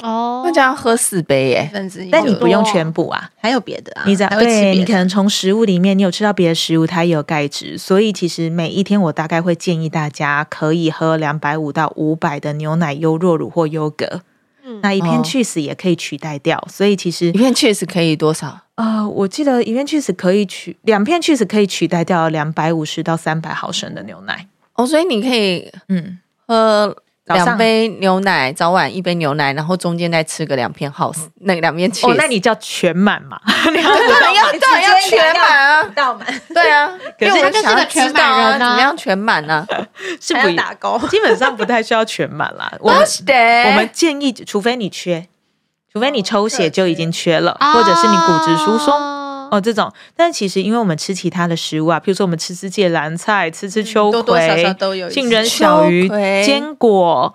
[SPEAKER 2] 哦，
[SPEAKER 1] 那这样喝四杯耶、
[SPEAKER 3] 分之一。
[SPEAKER 4] 但你
[SPEAKER 2] 好多
[SPEAKER 4] 不用
[SPEAKER 2] 哦
[SPEAKER 4] 全补啊。
[SPEAKER 3] 还有别的啊？
[SPEAKER 4] 你只要
[SPEAKER 3] 还会吃
[SPEAKER 4] 对你
[SPEAKER 3] 别
[SPEAKER 4] 可
[SPEAKER 3] 的？
[SPEAKER 4] 能从食物里面，你有吃到别的食物，它也有钙质，所以其实每一天我大概会建议大家可以喝两百五到五百的牛奶优酪乳或优格，
[SPEAKER 2] 嗯
[SPEAKER 4] 那一片
[SPEAKER 1] 哦
[SPEAKER 4] cheese 也可以取代掉，所以其实
[SPEAKER 1] 一片确实可以多少？
[SPEAKER 4] 呃，我记得一片 cheese 可以取两片 cheese 可以取代掉两百五十到三百毫升的牛奶，
[SPEAKER 1] 哦，所以你可以
[SPEAKER 4] 嗯，
[SPEAKER 1] 喝
[SPEAKER 4] 早上
[SPEAKER 1] 两杯牛奶，早晚一杯牛奶，然后中间再吃个两片 house，那两片 cheese。
[SPEAKER 4] 哦，那你叫全满 嘛？
[SPEAKER 1] 当 然要当然哎要全满啊！
[SPEAKER 3] 到满
[SPEAKER 1] 对啊，
[SPEAKER 4] 可是
[SPEAKER 1] 因为我们
[SPEAKER 2] 就是
[SPEAKER 1] 想要
[SPEAKER 2] 个全
[SPEAKER 1] 知道
[SPEAKER 2] 满
[SPEAKER 1] 啊，
[SPEAKER 2] 人
[SPEAKER 1] 怎
[SPEAKER 2] 啊
[SPEAKER 1] 么样全满呢、啊？
[SPEAKER 4] 是
[SPEAKER 3] 还
[SPEAKER 4] 不
[SPEAKER 3] 要打勾。啊
[SPEAKER 4] 基本上不太需要全满 啦，我们
[SPEAKER 1] 的，
[SPEAKER 4] 我们建议，除非你缺，除非你抽血就已经缺了，
[SPEAKER 2] 哦
[SPEAKER 4] 或者是你骨质疏松。
[SPEAKER 2] 哦
[SPEAKER 4] 哦，这种，但其实因为我们吃其他的食物啊，譬如说我们吃吃芥蓝菜，吃吃秋葵、
[SPEAKER 3] 多多少少都有一些
[SPEAKER 4] 杏仁、小鱼
[SPEAKER 1] 秋葵、
[SPEAKER 4] 坚果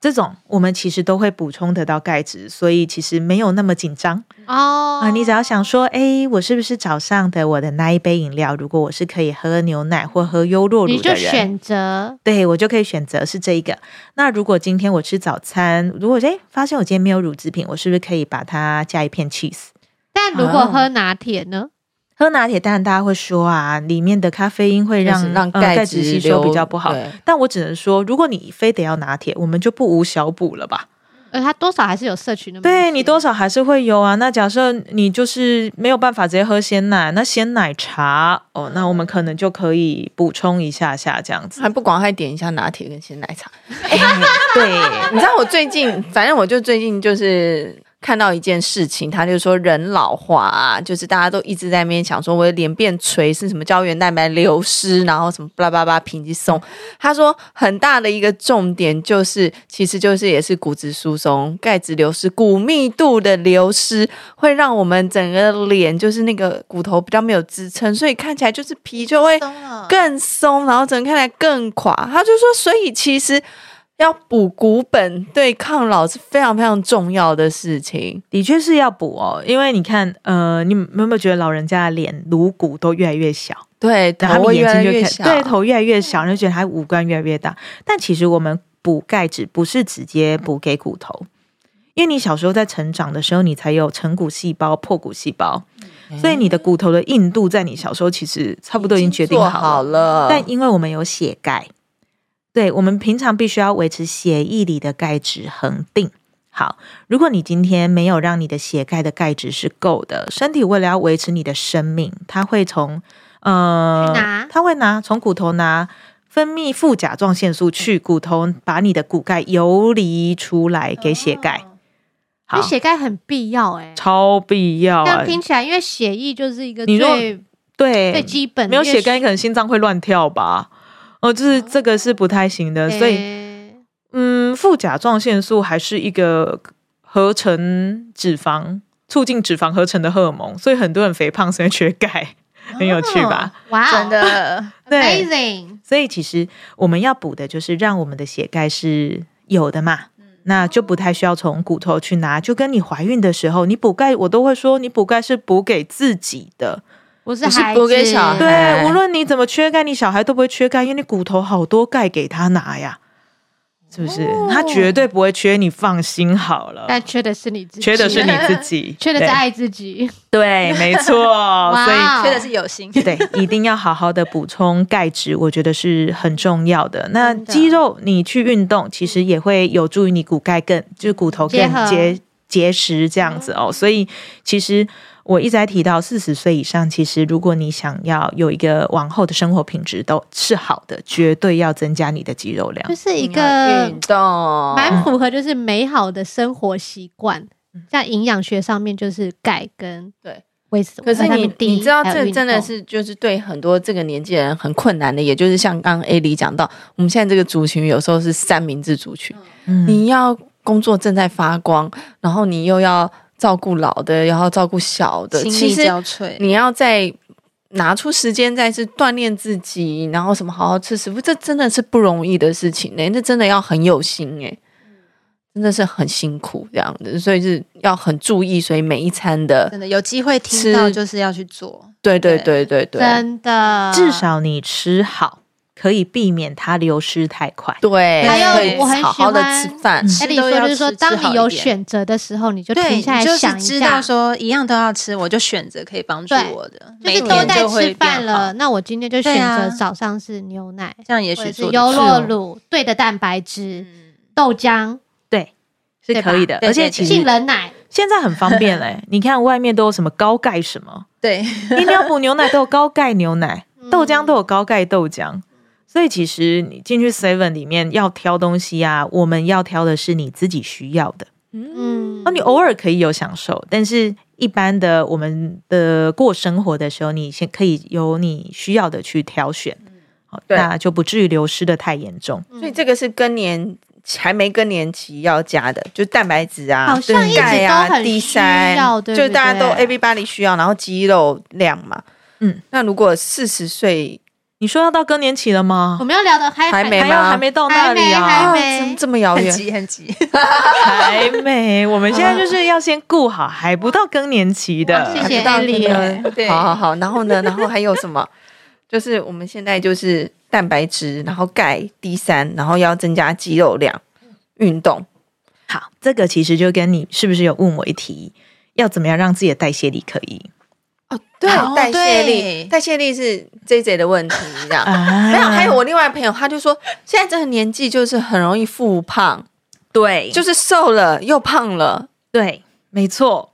[SPEAKER 4] 这种，我们其实都会补充得到钙质，所以其实没有那么紧张
[SPEAKER 2] 哦
[SPEAKER 4] 啊、你只要想说，哎，我是不是早上的我的那一杯饮料，如果我是可以喝牛奶或喝优酪
[SPEAKER 2] 你
[SPEAKER 4] 乳的
[SPEAKER 2] 就
[SPEAKER 4] 人，
[SPEAKER 2] 选择
[SPEAKER 4] 对我就可以选择是这一个。那如果今天我吃早餐，如果诶发现我今天没有乳制品，我是不是可以把它加一片 cheese？
[SPEAKER 2] 但如果
[SPEAKER 1] 哦
[SPEAKER 2] 喝拿铁呢？
[SPEAKER 4] 喝拿铁，当然大家会说啊，里面的咖啡因会
[SPEAKER 1] 就
[SPEAKER 4] 让
[SPEAKER 1] 是让
[SPEAKER 4] 呃
[SPEAKER 1] 钙质
[SPEAKER 4] 质吸收比
[SPEAKER 1] 流
[SPEAKER 4] 较不好
[SPEAKER 1] 对。
[SPEAKER 4] 但我只能说，如果你非得要拿铁，我们就不无小补了吧？
[SPEAKER 2] 呃，它多少还是有摄
[SPEAKER 1] 嗯
[SPEAKER 2] 取那么一
[SPEAKER 4] 嗯对
[SPEAKER 2] 些
[SPEAKER 4] 你多少还是会有啊。那假设你就是没有办法直接喝鲜奶，那鲜奶茶哦，那我们可能就可以补充一下下这 样子。
[SPEAKER 1] 还不广快点一下拿铁跟鲜奶茶。
[SPEAKER 4] 嗯对，
[SPEAKER 1] 你知道我最近，反正我就最近就是看到一件事情，他就说人老化啊，就是大家都一直在那边想说我的脸变垂是什么胶原蛋白流失，然后什么巴拉巴拉皮肌松。 他说很大的一个重点就是，其实就是也是骨质疏松、钙质流失、骨密度的流失，会让我们整个脸就是那个骨头比较没有支撑，所以看起来就是皮就 会
[SPEAKER 3] 松了
[SPEAKER 1] 更松，然后整个看起来更垮。他就说，所以其实要补骨本对抗老是非常非常重要的事情。
[SPEAKER 4] 的确是要补哦，因为你看，呃，你们有没有觉得老人家的脸颅骨都越来越小，
[SPEAKER 1] 对，
[SPEAKER 4] 然后
[SPEAKER 1] 头
[SPEAKER 4] 他们
[SPEAKER 1] 会
[SPEAKER 4] 眼
[SPEAKER 1] 越来
[SPEAKER 4] 睛就
[SPEAKER 1] 越
[SPEAKER 4] 开
[SPEAKER 1] 小，啊
[SPEAKER 4] 对，头越来越小，然后觉得他五官越来越大。但其实我们补钙质不是直接补给骨头，因为你小时候在成长的时候，你才有成骨细胞、破骨细胞，所以你的骨头的硬度在你小时候其实差不多已经决定
[SPEAKER 1] 做
[SPEAKER 4] 好了。
[SPEAKER 1] 好了，
[SPEAKER 4] 但因为我们有血钙，对我们平常必须要维持血液里的钙质恒定。好，如果你今天没有让你的血钙的钙质是够的，身体为了要维持你的生命，它会从呃
[SPEAKER 2] 去拿，
[SPEAKER 4] 它会拿从骨头拿分泌副甲状腺素去骨头，把你的骨钙游离出来给血钙。
[SPEAKER 2] 因
[SPEAKER 4] 好
[SPEAKER 2] 哦为，血钙很必要哎、欸。
[SPEAKER 4] 超必要
[SPEAKER 2] 这
[SPEAKER 4] 啊
[SPEAKER 2] 样！听起来，因为血液就是一个
[SPEAKER 4] 你如果
[SPEAKER 2] 最最
[SPEAKER 4] 对，
[SPEAKER 2] 基本的，
[SPEAKER 4] 没有血钙可能心脏会乱跳吧。哦，就是这个是不太行的，
[SPEAKER 2] 因为血，
[SPEAKER 4] 所以
[SPEAKER 2] 欸
[SPEAKER 4] 嗯，副甲状腺素还是一个合成脂肪、促进脂肪合成的荷尔蒙，所以很多人肥胖是因为缺钙。很有趣吧？
[SPEAKER 2] 哇，
[SPEAKER 3] 真的，
[SPEAKER 4] 对
[SPEAKER 2] 哦 amazing，
[SPEAKER 4] 所以其实我们要补的就是让我们的血钙是有的嘛，那就不太需要从骨头去拿。就跟你怀孕的时候，你补钙，我都会说你补钙是补给自己的。
[SPEAKER 2] 不是
[SPEAKER 1] 你是
[SPEAKER 2] 孩
[SPEAKER 1] 补
[SPEAKER 2] 子，
[SPEAKER 1] 给小孩哎
[SPEAKER 4] 对，无论你怎么缺钙，你小孩都不会缺钙，因为你骨头好多钙给他拿呀，是不是？他绝对不会缺，你放心好了。
[SPEAKER 2] 哦但缺的是你自己，，
[SPEAKER 4] 缺的是你自己
[SPEAKER 2] 缺的是
[SPEAKER 4] 对
[SPEAKER 2] 爱自己。
[SPEAKER 4] 对，没错。所 以
[SPEAKER 2] 哇哦
[SPEAKER 3] 缺的是有 心。
[SPEAKER 4] 对，一定要好好的补充钙质，我觉得是很重要的。那肌肉你去运动，其实也会有助于你骨钙更，就是骨头
[SPEAKER 2] 结合
[SPEAKER 4] 更结结实这样子哦。所以其实我一直在提到，四十岁以上，其实如果你想要有一个往后的生活品质都是好的，绝对要增加你的肌肉量
[SPEAKER 2] 就。是一个
[SPEAKER 1] 运
[SPEAKER 3] 哦
[SPEAKER 1] 动，
[SPEAKER 3] 嗯
[SPEAKER 2] 蛮符合就是美好的生活习惯，在营养学上面就是钙跟
[SPEAKER 1] 对
[SPEAKER 2] 维生素
[SPEAKER 1] 可是
[SPEAKER 2] 维他
[SPEAKER 1] 你
[SPEAKER 2] 命 D，
[SPEAKER 1] 你知道
[SPEAKER 2] 还有
[SPEAKER 1] 这
[SPEAKER 2] 运
[SPEAKER 1] 真的
[SPEAKER 2] 动
[SPEAKER 1] 是就是对很多这个年纪的人很困难的，也就是像刚刚 A 里讲到，我们现在这个族群有时候是三明治族群，
[SPEAKER 4] 嗯，
[SPEAKER 1] 你要工作正在发光，然后你又要照顾老的，然后照顾小的，
[SPEAKER 3] 心
[SPEAKER 1] 其
[SPEAKER 3] 力
[SPEAKER 1] 实
[SPEAKER 3] 交瘁，
[SPEAKER 1] 你要再拿出时间再去锻炼自己，然后什么好好吃食物，这真的是不容易的事情呢、欸那真的要很有心哎、真的是很辛苦这样子，所以是要很注意，所以每一餐的，
[SPEAKER 3] 真的有机会听
[SPEAKER 1] 吃
[SPEAKER 3] 到就是要去做。
[SPEAKER 1] 对对对对对，
[SPEAKER 2] 真的，
[SPEAKER 4] 至少你吃好，可以避免它流失太快。
[SPEAKER 1] 对，
[SPEAKER 3] 还有
[SPEAKER 1] 可以
[SPEAKER 3] 我
[SPEAKER 2] 很喜
[SPEAKER 1] 好好的
[SPEAKER 2] 欢嗯
[SPEAKER 1] 吃饭，
[SPEAKER 2] 艾
[SPEAKER 3] 吃
[SPEAKER 2] 丽
[SPEAKER 3] 都
[SPEAKER 2] 说
[SPEAKER 3] 要
[SPEAKER 2] 就是说，
[SPEAKER 3] 吃
[SPEAKER 2] 当
[SPEAKER 3] 吃好
[SPEAKER 2] 你
[SPEAKER 3] 一
[SPEAKER 2] 有
[SPEAKER 3] 点
[SPEAKER 2] 选择的时候，你就
[SPEAKER 3] 对，
[SPEAKER 2] 停
[SPEAKER 3] 你
[SPEAKER 2] 下来
[SPEAKER 3] 就是
[SPEAKER 2] 想一
[SPEAKER 3] 知道
[SPEAKER 2] 下。
[SPEAKER 3] 说一样都要吃，我就选择可以帮助
[SPEAKER 2] 对
[SPEAKER 3] 我的，
[SPEAKER 2] 就是
[SPEAKER 3] 每
[SPEAKER 2] 都
[SPEAKER 3] 天
[SPEAKER 2] 在
[SPEAKER 3] 就
[SPEAKER 2] 吃
[SPEAKER 3] 会
[SPEAKER 2] 饭
[SPEAKER 3] 变
[SPEAKER 2] 了，
[SPEAKER 3] 好。
[SPEAKER 2] 那我今天就选
[SPEAKER 3] 对
[SPEAKER 2] 择
[SPEAKER 3] 啊
[SPEAKER 2] 早上是牛奶，
[SPEAKER 3] 这样也
[SPEAKER 2] 或
[SPEAKER 3] 许
[SPEAKER 2] 者是
[SPEAKER 3] 做得
[SPEAKER 2] 优
[SPEAKER 3] 是
[SPEAKER 2] 酪
[SPEAKER 3] 哦
[SPEAKER 2] 乳、对的蛋白质、
[SPEAKER 3] 嗯
[SPEAKER 2] 豆浆、
[SPEAKER 4] 对，是
[SPEAKER 2] 对吧
[SPEAKER 4] 可以的，
[SPEAKER 3] 对
[SPEAKER 4] 而且
[SPEAKER 3] 对
[SPEAKER 4] 其
[SPEAKER 3] 对
[SPEAKER 4] 实
[SPEAKER 2] 杏仁奶，
[SPEAKER 4] 现在很方便嘞、你看外面都有什么高钙什么，
[SPEAKER 3] 对，
[SPEAKER 4] 饮料补牛奶都有高钙牛奶，豆
[SPEAKER 2] 嗯
[SPEAKER 4] 浆都有高钙豆浆。所以其实你进去 Seven 里面要挑东西啊，我们要挑的是你自己需要的。哦
[SPEAKER 2] 嗯
[SPEAKER 4] 那，你偶尔可以有享受，但是一般的我们的过生活的时候，你先可以由你需要的去挑选，好，
[SPEAKER 1] 对
[SPEAKER 4] 那就不至于流失的太严重。
[SPEAKER 2] 嗯
[SPEAKER 1] 所以这个是更年还没更年期要加的，就蛋白质啊，
[SPEAKER 2] 好像一直
[SPEAKER 1] 钙
[SPEAKER 2] 都
[SPEAKER 1] 啊、
[SPEAKER 2] 很
[SPEAKER 1] D
[SPEAKER 2] 需
[SPEAKER 1] 三
[SPEAKER 2] 要，，对
[SPEAKER 1] 就
[SPEAKER 2] 不
[SPEAKER 1] 大家都
[SPEAKER 2] 对
[SPEAKER 1] everybody 需要，然后肌肉量嘛。
[SPEAKER 4] 嗯，
[SPEAKER 1] 那如果四十岁
[SPEAKER 4] 你说要到更年期了吗
[SPEAKER 2] 我？们要聊的还
[SPEAKER 1] 还没
[SPEAKER 4] 还有
[SPEAKER 1] 吗
[SPEAKER 4] 还没到那里啊？
[SPEAKER 2] 还
[SPEAKER 1] 啊，
[SPEAKER 2] 没
[SPEAKER 1] 怎么这么遥
[SPEAKER 3] 很
[SPEAKER 1] 远？
[SPEAKER 3] 急很急，
[SPEAKER 4] 还没，我们现在就是要先顾好，还不到更年期的。
[SPEAKER 2] 谢
[SPEAKER 1] 还
[SPEAKER 2] 谢
[SPEAKER 1] 不到
[SPEAKER 2] 艾丽
[SPEAKER 1] 那个
[SPEAKER 2] 耶，
[SPEAKER 3] 对
[SPEAKER 1] 好好好，然后呢，然后还有什么？就是我们现在就是蛋白质，然后钙、D 三，然后要增加肌肉量，运动。
[SPEAKER 4] 好，这个其实就跟你是不是有问我一题，要怎么样让自己的代谢力可以
[SPEAKER 1] 哦，对
[SPEAKER 3] 哦
[SPEAKER 1] 代谢力，
[SPEAKER 3] 对
[SPEAKER 1] 代谢力是 J J 的问题，这 样。
[SPEAKER 4] 啊
[SPEAKER 1] 没有，还有我另外朋友，他就说，现在这个年纪就是很容易复胖，
[SPEAKER 4] 对，
[SPEAKER 1] 就
[SPEAKER 4] 就
[SPEAKER 1] 是瘦了又胖了，
[SPEAKER 4] 对，没错，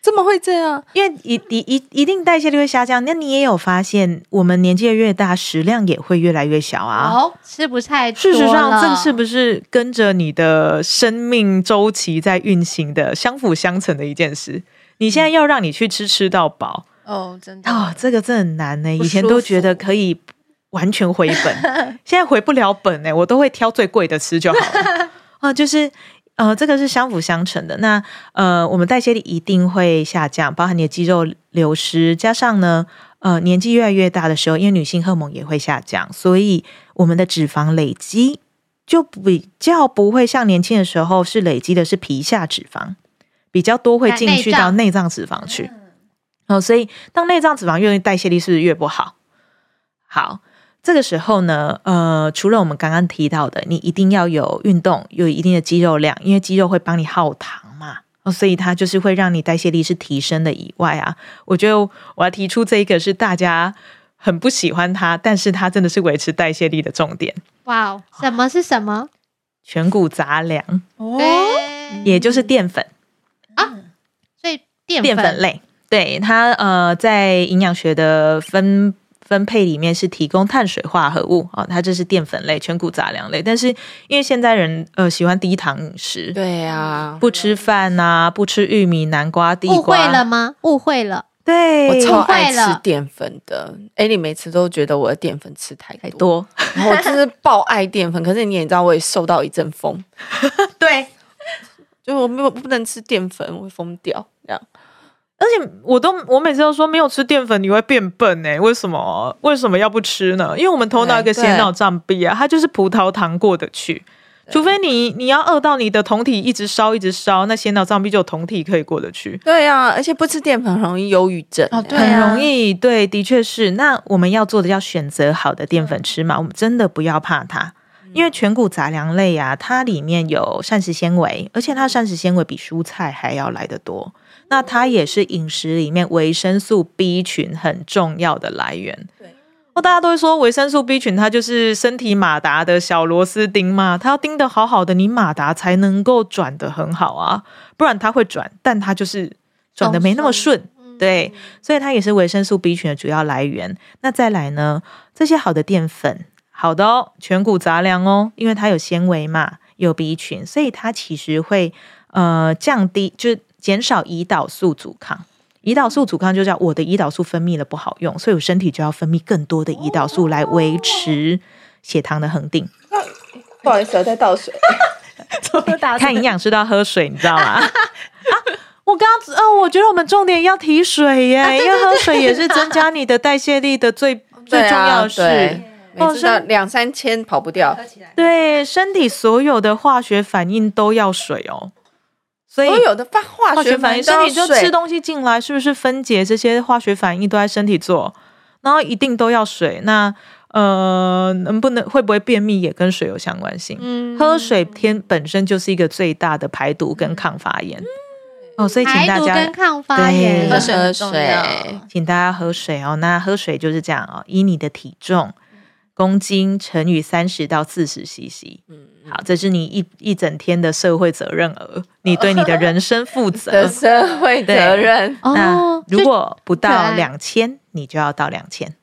[SPEAKER 1] 怎么会这样？
[SPEAKER 4] 因为一一一一定代谢力会下降。那你也有发现，我们年纪越大，食量也会越来越小啊。
[SPEAKER 2] 好吃不太多
[SPEAKER 4] 事
[SPEAKER 2] 了。
[SPEAKER 4] 实上，这是不是跟着你的生命周期在运行的相辅相成的一件事？你现在要让你去吃吃到饱，
[SPEAKER 3] 哦，真的，
[SPEAKER 4] 哦，这个真的很难呢、
[SPEAKER 3] 不
[SPEAKER 4] 以前
[SPEAKER 3] 舒
[SPEAKER 4] 都觉得
[SPEAKER 3] 服
[SPEAKER 4] 可以完全回 本，现在回不了本呢、我都会挑最贵的吃就好了。 啊、就是呃，这个是相辅相成的。那呃，我们代谢力一定会下降，包含你的肌肉流失，加上呢，呃，年纪越来越大的时候，因为女性荷尔蒙也会下降，所以我们的脂肪累积。就比较不会像年轻的时候是累积的是皮下脂肪，比较多会
[SPEAKER 2] 那
[SPEAKER 4] 进
[SPEAKER 2] 内
[SPEAKER 4] 去到
[SPEAKER 2] 脏嗯
[SPEAKER 4] 内脏脂肪去。哦，所以当内脏脂肪越代谢力是不是越不好？好，这个时候呢，呃，除了我们刚刚提到的，你一定要有运动，有一定的肌肉量，因为肌肉会帮你耗糖嘛。哦，所以它就是会让你代谢力是提升的以外啊，我觉得我要提出这一个是大家很不喜欢它，但是它真的是维持代谢力的重点
[SPEAKER 2] 哇哦，什么是什么？
[SPEAKER 4] ——全谷杂粮，
[SPEAKER 3] 哦，
[SPEAKER 2] 对
[SPEAKER 4] 也就是淀粉。
[SPEAKER 2] 所以淀
[SPEAKER 4] 淀粉类，对它呃，在营养学的分分配里面是提供碳水化合物啊、哦它这是淀粉类、全谷杂粮类。但是因为现在人呃喜欢低糖饮食，
[SPEAKER 1] 对啊呀、
[SPEAKER 4] 不吃饭呐、不吃玉米、南瓜、地
[SPEAKER 2] 误会
[SPEAKER 4] 瓜，
[SPEAKER 2] 了吗？误会了，
[SPEAKER 4] 对，
[SPEAKER 1] 我超
[SPEAKER 2] 误会
[SPEAKER 1] 爱吃
[SPEAKER 2] 了
[SPEAKER 1] 淀粉的。哎，你每次都觉得我的淀粉吃太
[SPEAKER 4] 太
[SPEAKER 1] 多，
[SPEAKER 4] 多，
[SPEAKER 1] 然后我真是爆爱淀粉。可是你也知道，我也受到一阵疯，
[SPEAKER 4] 对。
[SPEAKER 1] 就是我没有不能吃淀粉，我会疯掉。这样
[SPEAKER 4] 而且我都我每次都说没有吃淀粉你会变笨哎、为什么为什么要不吃呢？因为我们头脑有一个
[SPEAKER 1] 对
[SPEAKER 4] 血脑障壁啊，它就是葡萄糖过得去，除非你你要饿到你的酮体一直烧一直烧，那血脑障壁就有酮体可以过得去。
[SPEAKER 1] 对啊，而且不吃淀粉很容易忧郁症、
[SPEAKER 3] 哦对
[SPEAKER 4] 很
[SPEAKER 3] 啊
[SPEAKER 4] 容易，对，的确是。那我们要做的要选择好的淀粉
[SPEAKER 3] 嗯
[SPEAKER 4] 吃嘛，我们真的不要怕它，因为全谷杂粮类啊，它里面有膳食纤维，而且它膳食纤维比蔬菜还要来得多。那它也是饮食里面维生素 B 群很重要的来源。
[SPEAKER 1] 对，
[SPEAKER 4] 哦，大家都会说维生素 B 群它就是身体马达的小螺丝钉嘛，它要钉得好好的，你马达才能够转得很好啊，不然它会转，但它就是转的没那么顺。对，所以它也是维生素 B 群的主要来源。那再来呢，这些好的淀粉，好的哦，全谷杂粮哦，因为它有纤维嘛，有 B 群，所以它其实会呃降低，就是减少胰岛素阻抗。胰岛素阻抗就叫我的胰岛素分泌的不好用，所以我身体就要分泌更多的胰岛素来维持血糖的恒定。
[SPEAKER 1] 不好意思，我在倒水。
[SPEAKER 4] 看营养师都要喝水，你知 道吗？啊，我刚刚啊，我觉得我们重点要提水耶，
[SPEAKER 1] 啊
[SPEAKER 4] 因为喝水也是增加你的代谢力的 最、最
[SPEAKER 1] 对
[SPEAKER 4] 重要
[SPEAKER 1] 啊，
[SPEAKER 4] 的事。
[SPEAKER 1] 对，每
[SPEAKER 4] 哦
[SPEAKER 1] 次到
[SPEAKER 4] 是
[SPEAKER 1] 两三千跑不掉，
[SPEAKER 4] 对身体所有的化学反应都要水哦，所以
[SPEAKER 1] 所有的化化
[SPEAKER 4] 化
[SPEAKER 1] 学
[SPEAKER 4] 学
[SPEAKER 1] 反应
[SPEAKER 4] 反应，
[SPEAKER 1] 都
[SPEAKER 4] 身
[SPEAKER 1] 要
[SPEAKER 4] 体就
[SPEAKER 1] 水
[SPEAKER 4] 吃东西进来，是不是分解这些化学反应都在身体做，然后一定都要水。那呃，能不能会不会便秘也跟水有相关性？
[SPEAKER 2] 嗯
[SPEAKER 4] 喝水天本身就是一个最大的排毒跟抗发炎。哦，所以请
[SPEAKER 2] 排
[SPEAKER 4] 大
[SPEAKER 2] 毒
[SPEAKER 4] 家
[SPEAKER 2] 跟抗发炎，
[SPEAKER 4] 对喝
[SPEAKER 1] 水
[SPEAKER 3] 很重要
[SPEAKER 4] 请大家喝水哦。那喝水就是这样哦，以你的体重公斤乘以三十到四十 CC。好，这是你一一整天的社会责任额，你对你的人生负责
[SPEAKER 1] 的。社会责任。
[SPEAKER 4] 那
[SPEAKER 2] 哦，
[SPEAKER 4] 如果不
[SPEAKER 2] 可
[SPEAKER 4] 到
[SPEAKER 2] 爱
[SPEAKER 4] 两千，你就要到两千。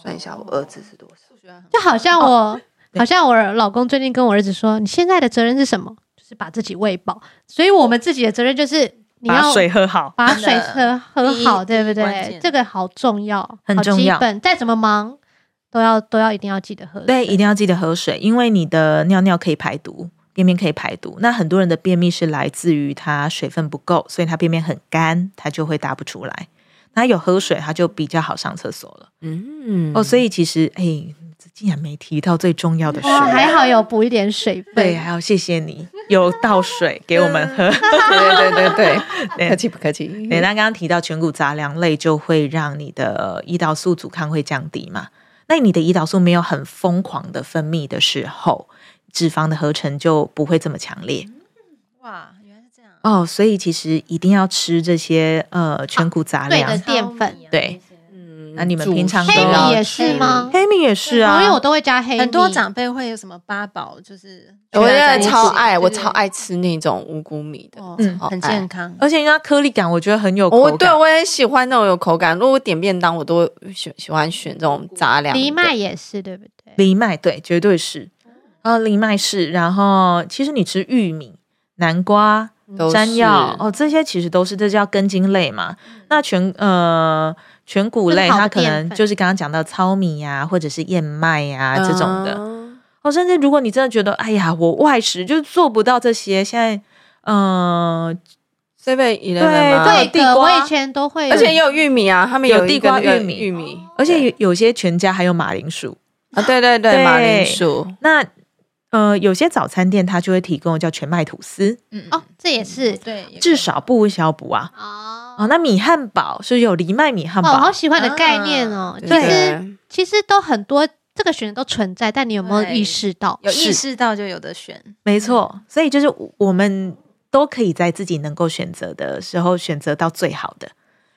[SPEAKER 1] 算一下我儿子是多少？
[SPEAKER 2] 就就好像
[SPEAKER 4] 哦
[SPEAKER 2] 我，好像我老公最近跟我儿子说，你现在的责任是什么？就是把自己喂饱。所以我们自己的责任就是你
[SPEAKER 4] 把
[SPEAKER 2] 要
[SPEAKER 4] 水喝好，
[SPEAKER 2] 把
[SPEAKER 3] 真
[SPEAKER 2] 水
[SPEAKER 3] 的
[SPEAKER 2] 喝喝
[SPEAKER 3] 第一
[SPEAKER 2] 好，对不
[SPEAKER 3] 关
[SPEAKER 2] 对
[SPEAKER 3] 键？
[SPEAKER 2] 这个好重要，
[SPEAKER 4] 很
[SPEAKER 2] 好
[SPEAKER 4] 重
[SPEAKER 2] 基
[SPEAKER 4] 要
[SPEAKER 2] 本再怎么忙都要都要一定要记得喝水。
[SPEAKER 4] 对，一定要记得喝水，因为你的尿尿可以排毒，便便可以排毒。那很多人的便秘是来自于他水分不够，所以他便便很干，他就会大不出来。那有喝水，他就比较好上厕所了。
[SPEAKER 1] 嗯，
[SPEAKER 4] 哦，所以其实，哎、这竟然没提到最重要的水。
[SPEAKER 2] 哇，还好有补一点水
[SPEAKER 4] 对，
[SPEAKER 2] 分。
[SPEAKER 4] 还有谢谢你有倒水给我们喝。
[SPEAKER 1] 对对对 对，
[SPEAKER 4] 对
[SPEAKER 1] 客气不客气？
[SPEAKER 4] 对，那刚刚提到全谷杂粮类就会让你的呃胰岛素阻抗会降低嘛？那你的胰岛素没有很疯狂的分泌的时候，脂肪的合成就不会这么强烈
[SPEAKER 3] 哇，原来是这样。
[SPEAKER 4] 哦。所以其实一定要吃这些呃全谷杂
[SPEAKER 2] 啊对
[SPEAKER 4] 粮，
[SPEAKER 2] 的
[SPEAKER 3] 啊
[SPEAKER 2] 淀粉，
[SPEAKER 4] 对
[SPEAKER 1] 嗯
[SPEAKER 4] 那你们平常都
[SPEAKER 2] 黑
[SPEAKER 4] 要
[SPEAKER 2] 米也是吗？
[SPEAKER 4] 黑米也是啊，
[SPEAKER 2] 因为我都会加黑米，
[SPEAKER 3] 很多长辈会有什么八宝，就是
[SPEAKER 1] 我
[SPEAKER 3] 全
[SPEAKER 1] 真
[SPEAKER 3] 在一
[SPEAKER 1] 的
[SPEAKER 3] 起
[SPEAKER 1] 超爱，我
[SPEAKER 3] 对
[SPEAKER 1] 超爱吃那种五谷米的，
[SPEAKER 3] 哦
[SPEAKER 4] 嗯
[SPEAKER 1] 超
[SPEAKER 3] 很
[SPEAKER 1] 爱
[SPEAKER 3] 健康。
[SPEAKER 4] 而且它颗粒感我觉得很有口
[SPEAKER 1] 我
[SPEAKER 4] 感。
[SPEAKER 1] 哦对我也喜欢那种有口感。如果我点便当，我都喜喜欢选这种杂粮的
[SPEAKER 2] 藜麦也是，对不对？
[SPEAKER 4] 藜麦对，绝对是。啊，藜麦是，然后其实你吃玉米、南瓜、
[SPEAKER 1] 都
[SPEAKER 4] 山药
[SPEAKER 1] 是
[SPEAKER 4] 哦，这些其实都是这叫根茎类嘛。那全呃全谷类，
[SPEAKER 2] 嗯就是好的
[SPEAKER 4] 它可
[SPEAKER 2] 淀
[SPEAKER 4] 能
[SPEAKER 2] 粉
[SPEAKER 4] 就是刚刚讲到糙米呀、或者是燕麦呀、啊这种的。
[SPEAKER 1] 嗯
[SPEAKER 4] 哦，甚至如果你真的觉得，哎呀，我外食就是做不到这些，现在呃，
[SPEAKER 1] ，seven e l
[SPEAKER 4] 对
[SPEAKER 2] 对
[SPEAKER 4] 地瓜
[SPEAKER 2] 的，我以前都会，
[SPEAKER 1] 而且也有玉米啊，他们
[SPEAKER 4] 有
[SPEAKER 1] 一
[SPEAKER 4] 地
[SPEAKER 1] 个
[SPEAKER 4] 瓜
[SPEAKER 1] 那个
[SPEAKER 4] 玉米
[SPEAKER 1] 玉米
[SPEAKER 4] 而且有有些全家还有马铃薯。
[SPEAKER 1] 啊，对对对，
[SPEAKER 4] 对
[SPEAKER 1] 马铃薯，
[SPEAKER 4] 那呃，有些早餐店它就会提供叫全麦吐司，
[SPEAKER 3] 嗯，
[SPEAKER 2] 哦，这也是
[SPEAKER 3] 对，也可以
[SPEAKER 4] 至少不无小补啊。
[SPEAKER 2] 哦
[SPEAKER 4] 哦，那米汉堡是有藜麦米汉
[SPEAKER 2] 哦，我好
[SPEAKER 4] 堡，
[SPEAKER 2] 喜欢的概念哦。
[SPEAKER 1] 啊
[SPEAKER 2] 其
[SPEAKER 1] 对
[SPEAKER 2] 实其实都很多，这个选择都存在，但你有没有
[SPEAKER 3] 对
[SPEAKER 2] 意识到？
[SPEAKER 3] 有意
[SPEAKER 4] 是
[SPEAKER 3] 识到就有的选。
[SPEAKER 4] 没错。所以就是我我们都可以在自己能够选择的时候选择到最好的，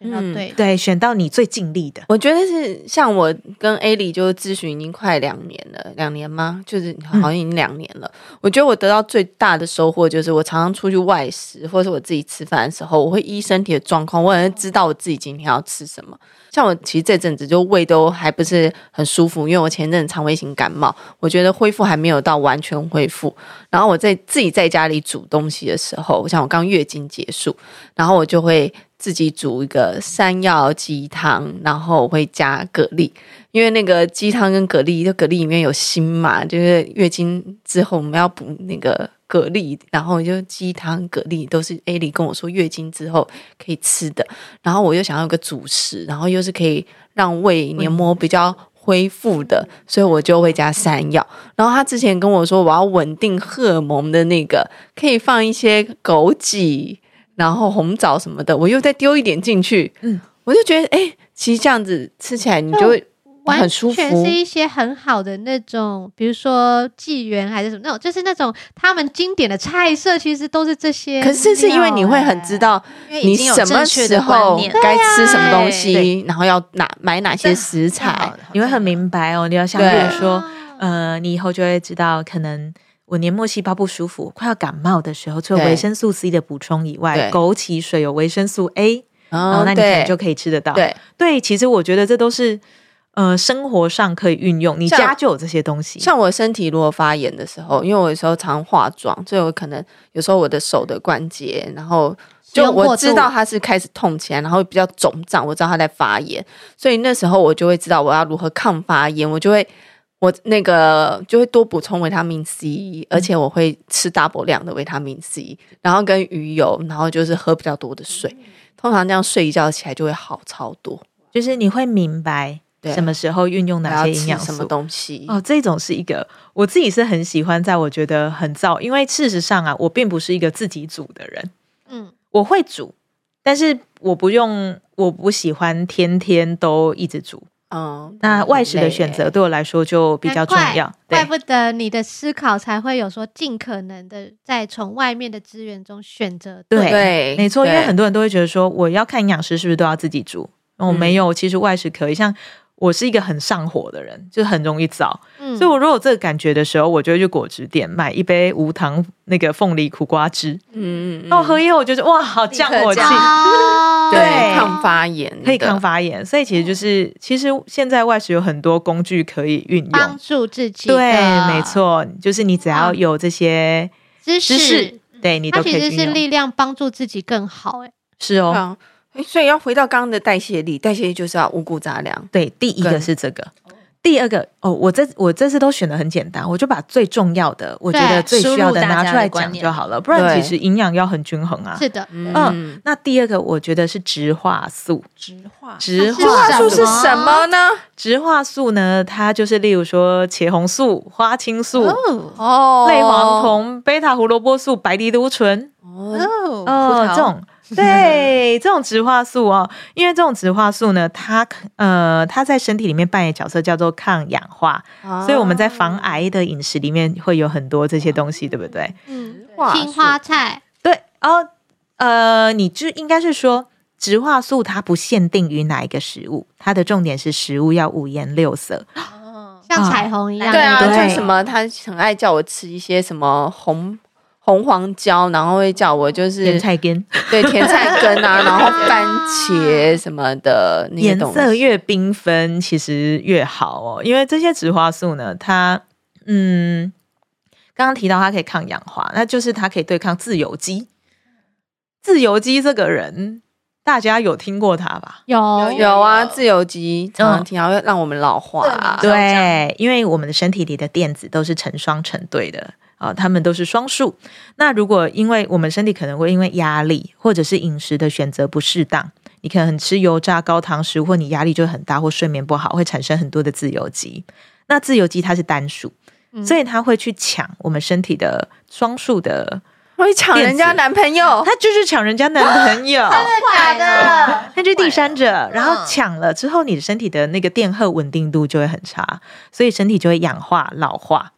[SPEAKER 2] 选到
[SPEAKER 1] 嗯
[SPEAKER 2] 对的，
[SPEAKER 4] 对，选到你最尽力的。
[SPEAKER 1] 我觉得是像我跟 A 里就咨询已经快两年了，两年吗？就是好像已经两年了。我觉得我得到最大的收获就是，我常常出去外食，或是我自己吃饭的时候，我会依身体的状况，我很会知道我自己今天要吃什么。像我其实这阵子就胃都还不是很舒服，因为我前阵子肠胃型感冒，我觉得恢复还没有到完全恢复。然后我在自己在家里煮东西的时候，像我刚月经结束，然后我就会自己煮一个山药鸡汤，然后我会加蛤蜊，因为那个鸡汤跟蛤蜊，就蛤蜊里面有锌嘛，就是月经之后我们要补那个蛤蜊，然后就鸡汤、蛤蜊都是 A 里跟我说月经之后可以吃的，然后我又想要有个主食，然后又是可以让胃黏膜比较恢复的，所以我就会加山药。然后他之前跟我说我要稳定荷尔蒙的那个，可以放一些枸杞，然后红枣什么的，我又再丢一点进去，嗯，我就觉得哎、其实这样子吃起来你就会。
[SPEAKER 2] 完
[SPEAKER 1] 很舒
[SPEAKER 2] 全
[SPEAKER 1] 服
[SPEAKER 2] 是一些很好的那种，比如说纪元还是什么那种，就是那种他们经典的菜色，其实都是这些料欸。
[SPEAKER 1] 可是是因为你会很知道
[SPEAKER 3] 因为
[SPEAKER 1] 你
[SPEAKER 3] 啊已经有
[SPEAKER 1] 什么
[SPEAKER 3] 正确
[SPEAKER 1] 时
[SPEAKER 3] 的观
[SPEAKER 1] 候
[SPEAKER 3] 念，
[SPEAKER 1] 该吃什么东
[SPEAKER 4] 对
[SPEAKER 1] 西，然后要哪买哪些食
[SPEAKER 3] 啊
[SPEAKER 1] 材。
[SPEAKER 4] 你会很明白哦。你要像
[SPEAKER 1] 对
[SPEAKER 4] 比如说，
[SPEAKER 2] 嗯
[SPEAKER 4] 呃，你以后就会知道，可能我黏膜细胞不舒服，快要感冒的时候，除了
[SPEAKER 1] 对
[SPEAKER 4] 维生素 C 的补充以外，
[SPEAKER 1] 对
[SPEAKER 4] 枸杞水有维生素 A，然后
[SPEAKER 1] 哦
[SPEAKER 4] 那，你可能
[SPEAKER 1] 对
[SPEAKER 4] 就可以吃得到。
[SPEAKER 1] 对，
[SPEAKER 4] 对，其实我觉得这都是呃生活上可以运用，你
[SPEAKER 1] 像
[SPEAKER 4] 家就有这些东西。
[SPEAKER 1] 像我身体如果发炎的时候，因为我有时候常化妆，所以我可能有时候我的手的关节，然后
[SPEAKER 2] 使
[SPEAKER 1] 就
[SPEAKER 2] 用过度
[SPEAKER 1] 我知道它是开始痛起来，然后比较肿胀，我知道它在发炎，所以那时候我就会知道我要如何抗发炎，我就会。我那个就会多补充维他命
[SPEAKER 4] 嗯
[SPEAKER 1] C，而且我会吃大波量的维他命 C，然后跟鱼油，然后就是喝比较多的水，
[SPEAKER 4] 嗯
[SPEAKER 1] 通常这样睡一觉起来就会好超多。
[SPEAKER 4] 就是你会明白
[SPEAKER 1] 对
[SPEAKER 4] 什么时候运用
[SPEAKER 1] 我
[SPEAKER 4] 哪
[SPEAKER 1] 要
[SPEAKER 4] 些
[SPEAKER 1] 吃
[SPEAKER 4] 营养
[SPEAKER 1] 什么
[SPEAKER 4] 素。
[SPEAKER 1] 东西？
[SPEAKER 4] 哦，这种是一个我自己是很喜欢，在我觉得很燥，因为事实上啊，我并不是一个自己煮的人，
[SPEAKER 2] 嗯，
[SPEAKER 4] 我会煮，但是我不用，我不喜欢天天都一直煮。
[SPEAKER 1] 嗯，
[SPEAKER 4] 那外食的
[SPEAKER 1] 很累
[SPEAKER 4] 选择对我来说就比较重要
[SPEAKER 2] 难。怪
[SPEAKER 4] 对，
[SPEAKER 2] 怪不得你的思考才会有说尽可能的在从外面的资源中选择
[SPEAKER 4] 对
[SPEAKER 1] 对，
[SPEAKER 4] 没错，因为
[SPEAKER 1] 对
[SPEAKER 4] 很多人都会觉得说，我要看营养师是不是都要自己煮？我没有，其实外食可以。像我是一个很上火的人，就是很容易燥，
[SPEAKER 2] 嗯
[SPEAKER 4] 所以我如果有这个感觉的时候，我就会去果汁店买一杯无糖那个凤梨苦瓜汁，
[SPEAKER 1] 嗯嗯，
[SPEAKER 4] 那我喝一喝，我就觉得哇，好降火气
[SPEAKER 1] 立。刻降
[SPEAKER 2] 哦
[SPEAKER 4] 对
[SPEAKER 1] 抗发炎
[SPEAKER 4] 可以抗
[SPEAKER 1] 的，
[SPEAKER 4] 发炎，所以其实就是，其实现在外食有很多工具可以运
[SPEAKER 2] 帮
[SPEAKER 4] 用。
[SPEAKER 2] 助啊自己的
[SPEAKER 4] 对，没，错，就是你只要有这些
[SPEAKER 2] 知
[SPEAKER 4] 知识
[SPEAKER 2] 识，
[SPEAKER 4] 对你
[SPEAKER 2] 它
[SPEAKER 4] 都可
[SPEAKER 2] 其实
[SPEAKER 4] 以
[SPEAKER 2] 是
[SPEAKER 4] 运用。
[SPEAKER 2] 力量帮助自己更好。哎，
[SPEAKER 4] 是哦，
[SPEAKER 1] 啊，诶所以要回到刚刚的代谢力，代谢力就是要五谷杂粮。
[SPEAKER 4] 对，第一个
[SPEAKER 1] 跟
[SPEAKER 4] 是这个，第二个哦，我这我这次都选的很简单，我就把最重要的，我觉
[SPEAKER 2] 对
[SPEAKER 4] 得最需要
[SPEAKER 3] 输入大
[SPEAKER 4] 拿
[SPEAKER 3] 家
[SPEAKER 4] 出来
[SPEAKER 3] 的观
[SPEAKER 4] 讲
[SPEAKER 3] 念
[SPEAKER 4] 就好了，不然
[SPEAKER 1] 对
[SPEAKER 4] 其实营养要很均衡啊。
[SPEAKER 2] 是的，
[SPEAKER 4] 嗯，那第二个我觉得是植化素，
[SPEAKER 3] 直啊化
[SPEAKER 4] 植
[SPEAKER 2] 植
[SPEAKER 4] 化
[SPEAKER 2] 化
[SPEAKER 1] 素
[SPEAKER 4] 素
[SPEAKER 1] 是什么呢？
[SPEAKER 4] 植化素呢，它就是例如说茄红素、花青素、
[SPEAKER 1] 哦
[SPEAKER 4] 类黄酮、贝塔胡萝卜素、白藜芦醇，
[SPEAKER 3] 哦
[SPEAKER 4] 哦，这种。对，这种植化素哦，因为这种植化素呢，它呃，它在身体里面扮演角色叫做抗氧化，
[SPEAKER 1] 酮
[SPEAKER 4] 所以我们在防癌的饮食里面会有很多这些东西，对不对？
[SPEAKER 2] 嗯，
[SPEAKER 1] 化
[SPEAKER 2] 青花菜，
[SPEAKER 4] 对哦，呃，你就应该是说，植化素它不限定于哪一个食物，它的重点是食物要五颜六色。
[SPEAKER 2] 像
[SPEAKER 4] 啊
[SPEAKER 2] 彩虹一样，
[SPEAKER 1] 对啊，
[SPEAKER 4] 对
[SPEAKER 1] 就是什么，他很爱叫我吃一些什么红。红黄椒，然后会叫我就是
[SPEAKER 4] 甜菜根
[SPEAKER 1] 对甜菜根 啊，然后番茄什么的那些
[SPEAKER 4] 颜
[SPEAKER 1] 东
[SPEAKER 4] 色
[SPEAKER 1] 西，
[SPEAKER 4] 越缤纷，其实越好哦，因为这些植化素呢，它嗯，刚刚提到它可以抗氧化，那就是它可以对抗自由基。自由基这个人，大家有听过他吧？
[SPEAKER 2] 有
[SPEAKER 1] 有啊，自由基常常听到会让我们老化啊，
[SPEAKER 3] 对这样
[SPEAKER 4] 嗯对，因为我们的身体里的电子都是成双成对的啊、它们都是双数。那如果因为我们身体可能会因为压力或者是饮食的选择不适当，你可能很吃油炸、高糖食物，或你压力就很大，或睡眠不好，会产生很多的自由基。那自由基它是单数，
[SPEAKER 3] 嗯
[SPEAKER 4] 所以它会去抢我们身体的双数的，
[SPEAKER 1] 会抢人家男朋
[SPEAKER 3] 哦
[SPEAKER 1] 友，
[SPEAKER 4] 它就是抢人家男朋 友。
[SPEAKER 3] 假的，
[SPEAKER 4] 它就是第三者，然
[SPEAKER 3] 嗯
[SPEAKER 4] 后抢了之后，你的身体的那个电荷稳定度就会很差，所以身体就会氧化、老化。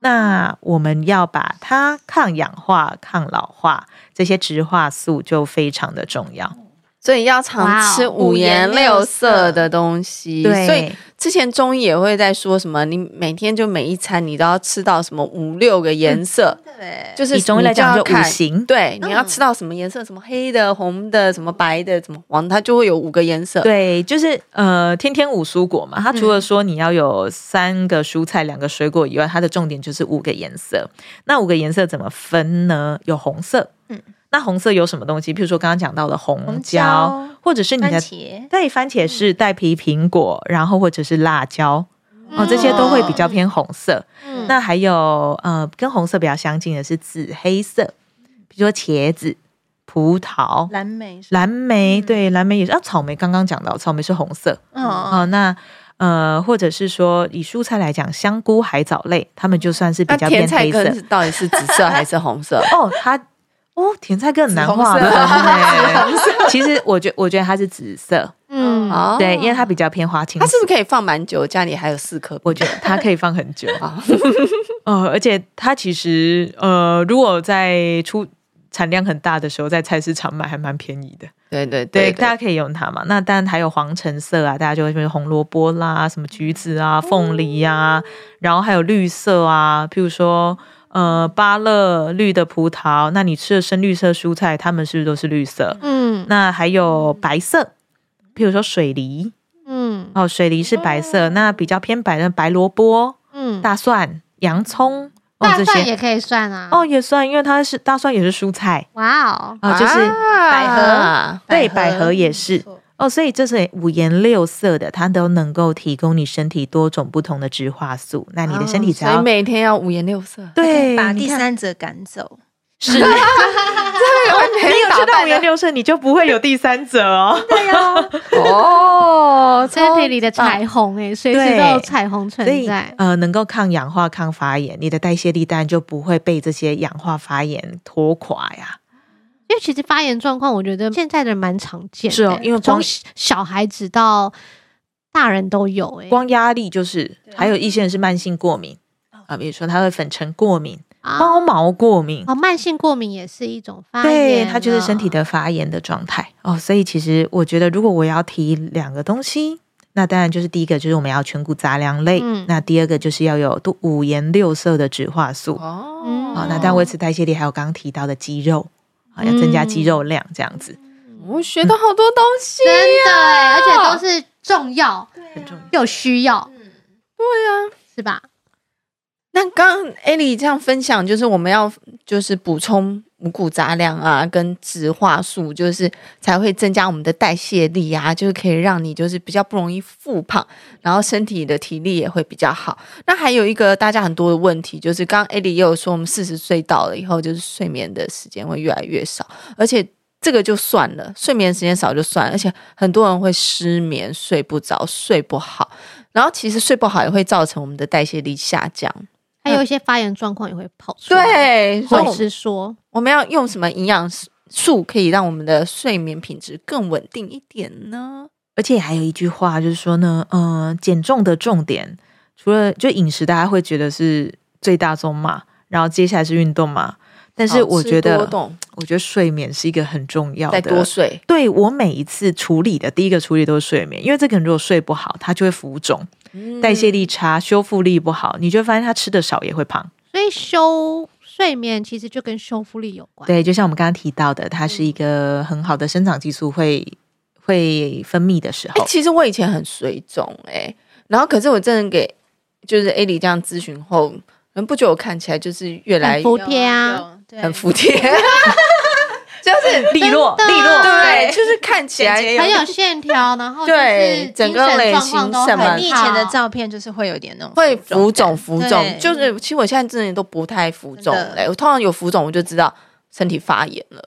[SPEAKER 4] 那我们要把它抗氧化、抗老化这些植化素就非常的重要。
[SPEAKER 3] 嗯
[SPEAKER 1] 所以要常吃
[SPEAKER 4] 哦
[SPEAKER 2] 哇
[SPEAKER 1] 五颜六色的东西。
[SPEAKER 4] 对
[SPEAKER 1] 所以之前中医也会在说什么，你每天就每一餐你都要吃到什么五六个颜色，
[SPEAKER 3] 对，
[SPEAKER 1] 就是
[SPEAKER 4] 以嗯中医来讲
[SPEAKER 1] 你
[SPEAKER 4] 就
[SPEAKER 1] 要看
[SPEAKER 4] 五。行，
[SPEAKER 1] 对，你要吃到什么颜色？什么黑的、红的、什么白的、什么黄的，它就会有五个颜色。
[SPEAKER 4] 对，就是呃，天天五蔬果嘛。它除了
[SPEAKER 3] 嗯
[SPEAKER 4] 说你要有三个蔬菜、两个水果以外，它的重点就是五个颜色。那五个颜色怎么分呢？有红色，嗯
[SPEAKER 3] 嗯，
[SPEAKER 4] 那红色有什么东西？譬如说刚刚讲到的红
[SPEAKER 3] 红
[SPEAKER 4] 椒，
[SPEAKER 3] 椒
[SPEAKER 4] 或者是你
[SPEAKER 3] 番
[SPEAKER 4] 的
[SPEAKER 3] 茄
[SPEAKER 4] 对番茄是带皮苹果，然后或者是辣椒。哦，这些都会比较偏红色。
[SPEAKER 2] 嗯
[SPEAKER 4] 那还有呃，跟红色比较相近的是紫黑色，比如说茄子、葡萄、
[SPEAKER 3] 蓝莓是，
[SPEAKER 4] 蓝莓，对，蓝莓也是啊，草莓刚刚讲到，草莓是红色
[SPEAKER 3] 嗯，
[SPEAKER 4] 哦。那呃，或者是说以蔬菜来讲，香菇、海藻类，它们就算是比
[SPEAKER 1] 那
[SPEAKER 4] 较
[SPEAKER 1] 啊甜
[SPEAKER 4] 偏
[SPEAKER 1] 菜
[SPEAKER 4] 黑色
[SPEAKER 1] 根。是到底是紫色还是红 色？
[SPEAKER 4] 哦，它哦，甜菜更难画分
[SPEAKER 3] 紫红
[SPEAKER 4] 呢。其实我觉我觉得它是紫色，
[SPEAKER 2] 嗯，
[SPEAKER 1] 哦，
[SPEAKER 4] 对，因为它比较偏花青
[SPEAKER 1] 它
[SPEAKER 4] 色。
[SPEAKER 1] 是不是可以放蛮久？家里还有四颗，
[SPEAKER 4] 我觉得它可以放很久
[SPEAKER 1] 啊
[SPEAKER 4] 呃，而且它其实呃，如果在出产量很大的时候，在菜市场买还蛮便宜的。
[SPEAKER 1] 对对
[SPEAKER 4] 对，
[SPEAKER 1] 对
[SPEAKER 4] 大家可以用它嘛。那当然还有黄橙色啊，大家就会什么红萝卜啦、什么橘子啊、凤梨啊，然后还有绿色啊，譬如说呃芭乐绿的葡萄，那你吃的深绿色蔬菜，它们是不是都是绿色？
[SPEAKER 2] 嗯
[SPEAKER 4] 那还有白色，譬如说水梨
[SPEAKER 2] 嗯
[SPEAKER 4] 哦，水梨是白色，那比较偏白的白萝卜、
[SPEAKER 2] 嗯，
[SPEAKER 4] 大蒜、洋葱哦
[SPEAKER 2] 大
[SPEAKER 4] 这
[SPEAKER 2] 蒜
[SPEAKER 4] 些
[SPEAKER 2] 也可以算啊。
[SPEAKER 4] 哦，也算，因为它是大蒜也是蔬菜
[SPEAKER 2] 哇哦，
[SPEAKER 4] 啊、就是。
[SPEAKER 1] 百合。
[SPEAKER 4] 对，百合也是哦，所以这是五颜六色的，它都能够提供你身体多种不同的植化素。那你的身体只
[SPEAKER 1] 哦所
[SPEAKER 4] 要、
[SPEAKER 1] 以每天要五颜六 色，
[SPEAKER 4] 对，
[SPEAKER 3] 把
[SPEAKER 4] 哎你
[SPEAKER 3] 第
[SPEAKER 4] 看
[SPEAKER 3] 三者赶走。
[SPEAKER 4] 是， 你有
[SPEAKER 1] 你
[SPEAKER 4] 吃到五颜六色，你就不会有第三者哦。
[SPEAKER 1] 哦，
[SPEAKER 2] 身体里的彩虹哎，随时都有彩虹存
[SPEAKER 4] 所以
[SPEAKER 2] 在。
[SPEAKER 4] 呃，能够抗氧化、抗发炎，你的代谢力当然就不会被这些氧化发炎拖垮呀。
[SPEAKER 2] 因为其实发炎状况，我觉得现在的人蛮常见的，欸
[SPEAKER 4] 是哦因为光
[SPEAKER 2] 从小小孩子到大人都有哎，
[SPEAKER 4] 光压力就是，还有一些人是慢性过敏啊，比如说他会粉尘过敏、
[SPEAKER 2] 啊
[SPEAKER 4] 包毛过敏，
[SPEAKER 2] 哦，慢性过敏也是一种发
[SPEAKER 4] 对，
[SPEAKER 2] 炎，啊
[SPEAKER 4] 它就是身体。的发炎的状态哦。所以其实我觉得，如果我要提两个东西，那当然就是第一个就是我们要全谷杂粮类，
[SPEAKER 2] 嗯
[SPEAKER 4] 那第二个就是要有多五颜六色的植化素。好、
[SPEAKER 1] 哦
[SPEAKER 4] 那当然维持代谢力，还有刚刚提到的肌肉啊、要增加肌肉量这样子，
[SPEAKER 1] 我嗯学到好多东西，
[SPEAKER 2] 真的哎，而且都是重要
[SPEAKER 4] 很重要。
[SPEAKER 2] 又需要，
[SPEAKER 3] 嗯
[SPEAKER 2] 对呀，是吧？
[SPEAKER 1] 那刚刚 Ellie 这样分享，就是我们要就是补充五谷杂粮啊，跟植化素，就是才会增加我们的代谢力啊，就是可以让你就是比较不容易复胖，然后身体的体力也会比较好。那还有一个大家很多的问题，就是刚刚 Ellie 也有说，我们四十岁到了以后，就是睡眠的时间会越来越少，而且。这个就算了，睡眠时间少就算了，而且很多人会失眠、睡不着、睡不好，然后其实睡不好也会造成我们的代谢力下降。
[SPEAKER 2] 还
[SPEAKER 4] 嗯
[SPEAKER 2] 有一些发炎状况也会跑出来，
[SPEAKER 1] 对，所以
[SPEAKER 2] 或
[SPEAKER 4] 哦
[SPEAKER 2] 者
[SPEAKER 1] 我
[SPEAKER 2] 是说，
[SPEAKER 1] 我们要用什么营养素可以让我们的睡眠品质更稳定一点呢？
[SPEAKER 4] 而且还有一句话就是说呢，嗯、减重的重点除了就饮食，大家会觉得是最大宗嘛，然后接下来是运动嘛。但是
[SPEAKER 1] 好
[SPEAKER 4] 我
[SPEAKER 1] 吃
[SPEAKER 4] 觉
[SPEAKER 1] 多
[SPEAKER 4] 得，
[SPEAKER 1] 动
[SPEAKER 4] 我觉得睡眠是一个很重要
[SPEAKER 1] 再
[SPEAKER 4] 的。
[SPEAKER 1] 多睡，
[SPEAKER 4] 对我每一次处理的第一个处理都是睡眠，因为这个人如果睡不好，他就会浮肿，代谢力差，修复力不好，你就会发现他吃的少也会胖。
[SPEAKER 2] 所以修睡眠其实就跟修复力有关。
[SPEAKER 4] 对，就像我们刚刚提到的，它是一个很好的生长激素会会分泌的时
[SPEAKER 1] 哎、
[SPEAKER 4] 候。
[SPEAKER 1] 其实我以前很水肿哎、然后可是我真的给就是 A 里这样咨询后，可能不久我看起来就是越来
[SPEAKER 2] 很服帖啊
[SPEAKER 3] 有，有对
[SPEAKER 1] 很服 帖，就是
[SPEAKER 4] 利落，
[SPEAKER 2] 真的
[SPEAKER 4] 利落，
[SPEAKER 1] 对，就是看起来
[SPEAKER 3] 简洁
[SPEAKER 2] 很有线条，然后
[SPEAKER 1] 对
[SPEAKER 2] 就是精神状
[SPEAKER 1] 整个
[SPEAKER 2] 况都很
[SPEAKER 1] 类型什么
[SPEAKER 2] 好
[SPEAKER 3] 你以前的照片就是会有点那种
[SPEAKER 1] 会浮肿，
[SPEAKER 3] 感
[SPEAKER 1] 浮
[SPEAKER 3] 对
[SPEAKER 1] 肿就是，其实我现在真的都不太浮肿
[SPEAKER 3] 真的
[SPEAKER 1] 嘞。我通常有浮肿，我就知道身体发炎了。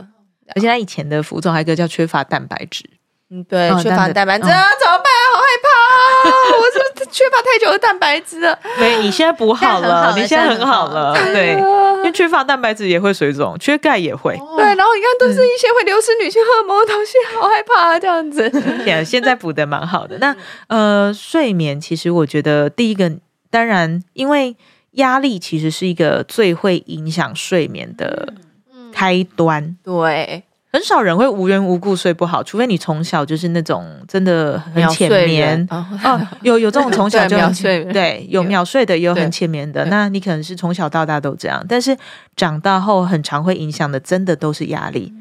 [SPEAKER 4] 而且他以前的浮肿还有一个叫缺乏蛋白质，
[SPEAKER 1] 嗯，对，
[SPEAKER 4] 哦
[SPEAKER 1] 缺乏蛋
[SPEAKER 4] 蛋
[SPEAKER 1] 白
[SPEAKER 4] 白
[SPEAKER 1] 质啊，怎么办？好害怕啊！我是不是缺乏太久的蛋白质了？
[SPEAKER 4] 没，你现在补好了，你现
[SPEAKER 3] 现
[SPEAKER 4] 在
[SPEAKER 3] 在
[SPEAKER 4] 很
[SPEAKER 3] 很
[SPEAKER 4] 好
[SPEAKER 3] 好
[SPEAKER 4] 了
[SPEAKER 3] 了，
[SPEAKER 4] 对，因为缺乏蛋白质也会水肿，缺钙也会。
[SPEAKER 1] 对，然后你看，都是一些会流失女性荷尔蒙的东西，好害怕啊！这样子，
[SPEAKER 4] 天啊，现在补的蛮好的。那呃，睡眠其实我觉得第一个，当然因为压力其实是一个最会影响睡眠的
[SPEAKER 3] 嗯
[SPEAKER 4] 开端。
[SPEAKER 1] 对，
[SPEAKER 4] 很少人会无缘无故睡不好，除非你从小就是那种真的很
[SPEAKER 1] 秒
[SPEAKER 4] 浅
[SPEAKER 1] 睡
[SPEAKER 4] 眠
[SPEAKER 1] 人。哦
[SPEAKER 4] 哦，有有这种从小就
[SPEAKER 1] 对秒
[SPEAKER 4] 很
[SPEAKER 1] 睡人
[SPEAKER 4] 对，有秒睡的，也有
[SPEAKER 1] 对
[SPEAKER 4] 很浅眠的。
[SPEAKER 1] 对
[SPEAKER 4] 那你可能是从小到大都这样，但是长大后很常会影响的，真的都是压力。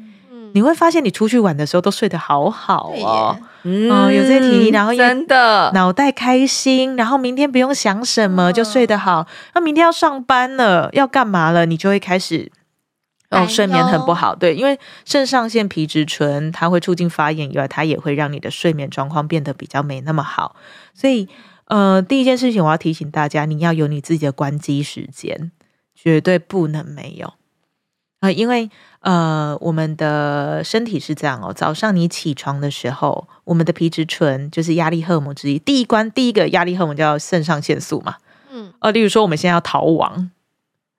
[SPEAKER 4] 你会发现，你出去玩的时候都睡得好好
[SPEAKER 3] 嗯对
[SPEAKER 4] 哦
[SPEAKER 3] 耶，
[SPEAKER 1] 嗯
[SPEAKER 4] 哦有这题然后又
[SPEAKER 1] 真的，
[SPEAKER 4] 脑袋开心，然后明天不用想什么就睡得好。那明天要上班了，要干嘛了？你就会开始。
[SPEAKER 2] 哎
[SPEAKER 4] 哦，
[SPEAKER 2] 呦
[SPEAKER 4] 睡眠很不好，对，因为肾上腺皮质醇啊它会促进发炎以外，它也会让你的睡眠状况变得比较没那么好，所以呃，第一件事情我要提醒大家，你要有你自己的关机时间，绝对不能没有。啊、因为呃，我们的身体是这样哦，早上你起床的时候，我们的皮质醇就是压力荷尔蒙之一，第一关第一个压力荷尔蒙叫肾上腺素嘛。
[SPEAKER 2] 嗯，
[SPEAKER 4] 呃，例如说我们现在要逃亡，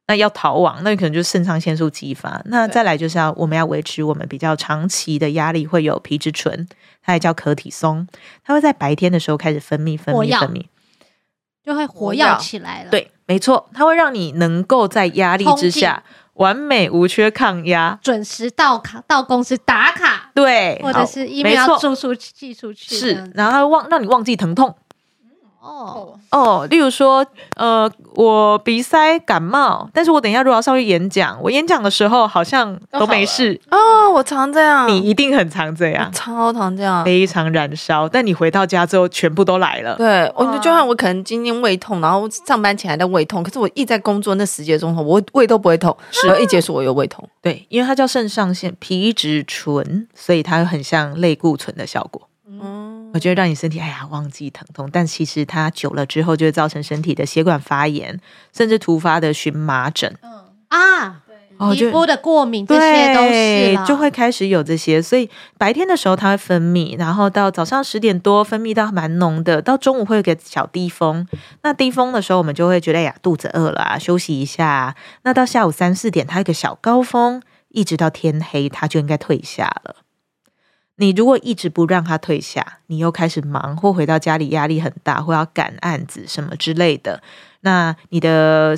[SPEAKER 4] 那要逃亡，那可能就是肾上腺素激发。那再来就是要我们要维持我们比较长期的压力，会有皮质醇，它也叫可体松，它会在白天的时候开始分泌、分
[SPEAKER 2] 火
[SPEAKER 4] 泌、
[SPEAKER 2] 药
[SPEAKER 4] 分泌。
[SPEAKER 2] 就会活跃起来了。，
[SPEAKER 4] 对，没错，它会让你能够在压力之下完美无缺抗压。
[SPEAKER 2] 准时到卡到公司打卡，
[SPEAKER 4] 对，
[SPEAKER 2] 或者
[SPEAKER 4] 好
[SPEAKER 2] 是
[SPEAKER 4] 没
[SPEAKER 2] email 要
[SPEAKER 4] 错
[SPEAKER 2] 寄出寄出去。
[SPEAKER 4] 是
[SPEAKER 2] 这样，子
[SPEAKER 4] 然后它会忘让你忘记疼痛。
[SPEAKER 2] 哦，
[SPEAKER 4] 哦，例如说，呃，我鼻塞感冒，但是我等一下如果要上去演讲，我演讲的时候好像都
[SPEAKER 3] 都好
[SPEAKER 4] 没
[SPEAKER 3] 了
[SPEAKER 4] 事，
[SPEAKER 1] 哦，我常这样，
[SPEAKER 4] 你一定很常这样，
[SPEAKER 1] 超常这样。
[SPEAKER 4] 非常燃烧。但你回到家之后，全部都来了。
[SPEAKER 1] 嗯对，我就算我可能今天胃痛，然后上班前还在胃痛，可是我一在工作那十几个钟头，我胃都不会痛，然后一结束我又胃痛。
[SPEAKER 4] 对，因为它叫肾上腺皮质醇，所以它很像类固醇的效果。
[SPEAKER 1] 嗯，
[SPEAKER 4] 我觉得让你身体哎呀忘记疼痛，但其实它久了之后就会造成身体的血管发炎，甚至突发的荨麻疹。
[SPEAKER 2] 啊，
[SPEAKER 4] 哦
[SPEAKER 2] 皮
[SPEAKER 4] 就
[SPEAKER 2] 肤的过敏这些都是
[SPEAKER 4] 对
[SPEAKER 2] 啦，
[SPEAKER 4] 就会开始有这些，所以白天的时候它会分泌，然后到早上十点多分泌到蛮浓的，到中午会有个小低峰。那低峰的时候，我们就会觉得哎呀肚子饿了、啊，休息一下啊、那到下午三四点，它有个小高峰，一直到天黑，它就应该退下了。你如果一直不让它退下，你又开始忙，或回到家里压力很大，或要赶案子什么之类的，那你的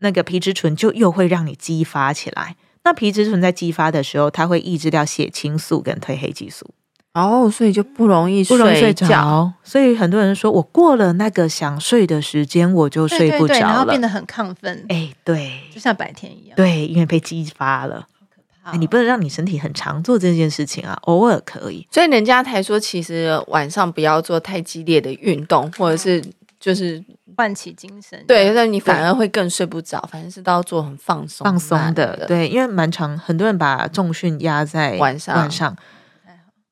[SPEAKER 4] 那个皮质醇就又会让你激发起来。那皮质醇在激发的时候，它会抑制掉血清素跟褪黑激素，
[SPEAKER 1] 哦，所以就不容易
[SPEAKER 4] 不容易睡
[SPEAKER 1] 觉。
[SPEAKER 4] 着。所以很多人说我过了那个想睡的时间，我就睡
[SPEAKER 3] 对
[SPEAKER 4] 不
[SPEAKER 3] 对对，然
[SPEAKER 4] 着
[SPEAKER 3] 后
[SPEAKER 4] 了
[SPEAKER 3] 变。得很亢奋，
[SPEAKER 4] 哎，对
[SPEAKER 3] 就像白天一样。
[SPEAKER 4] 对，因为被激发了。哎你不能让你身体很常做这件事情啊，偶尔可以。
[SPEAKER 1] 所以人家才说，其实晚上不要做太激烈的运动，或者是就是
[SPEAKER 3] 唤起精神，
[SPEAKER 1] 对，那你反而会更睡不着，反正是都要做很放松、
[SPEAKER 4] 放松
[SPEAKER 1] 慢
[SPEAKER 4] 的，。对，因为蛮长，很多人把重训压在
[SPEAKER 1] 晚上
[SPEAKER 4] 晚上，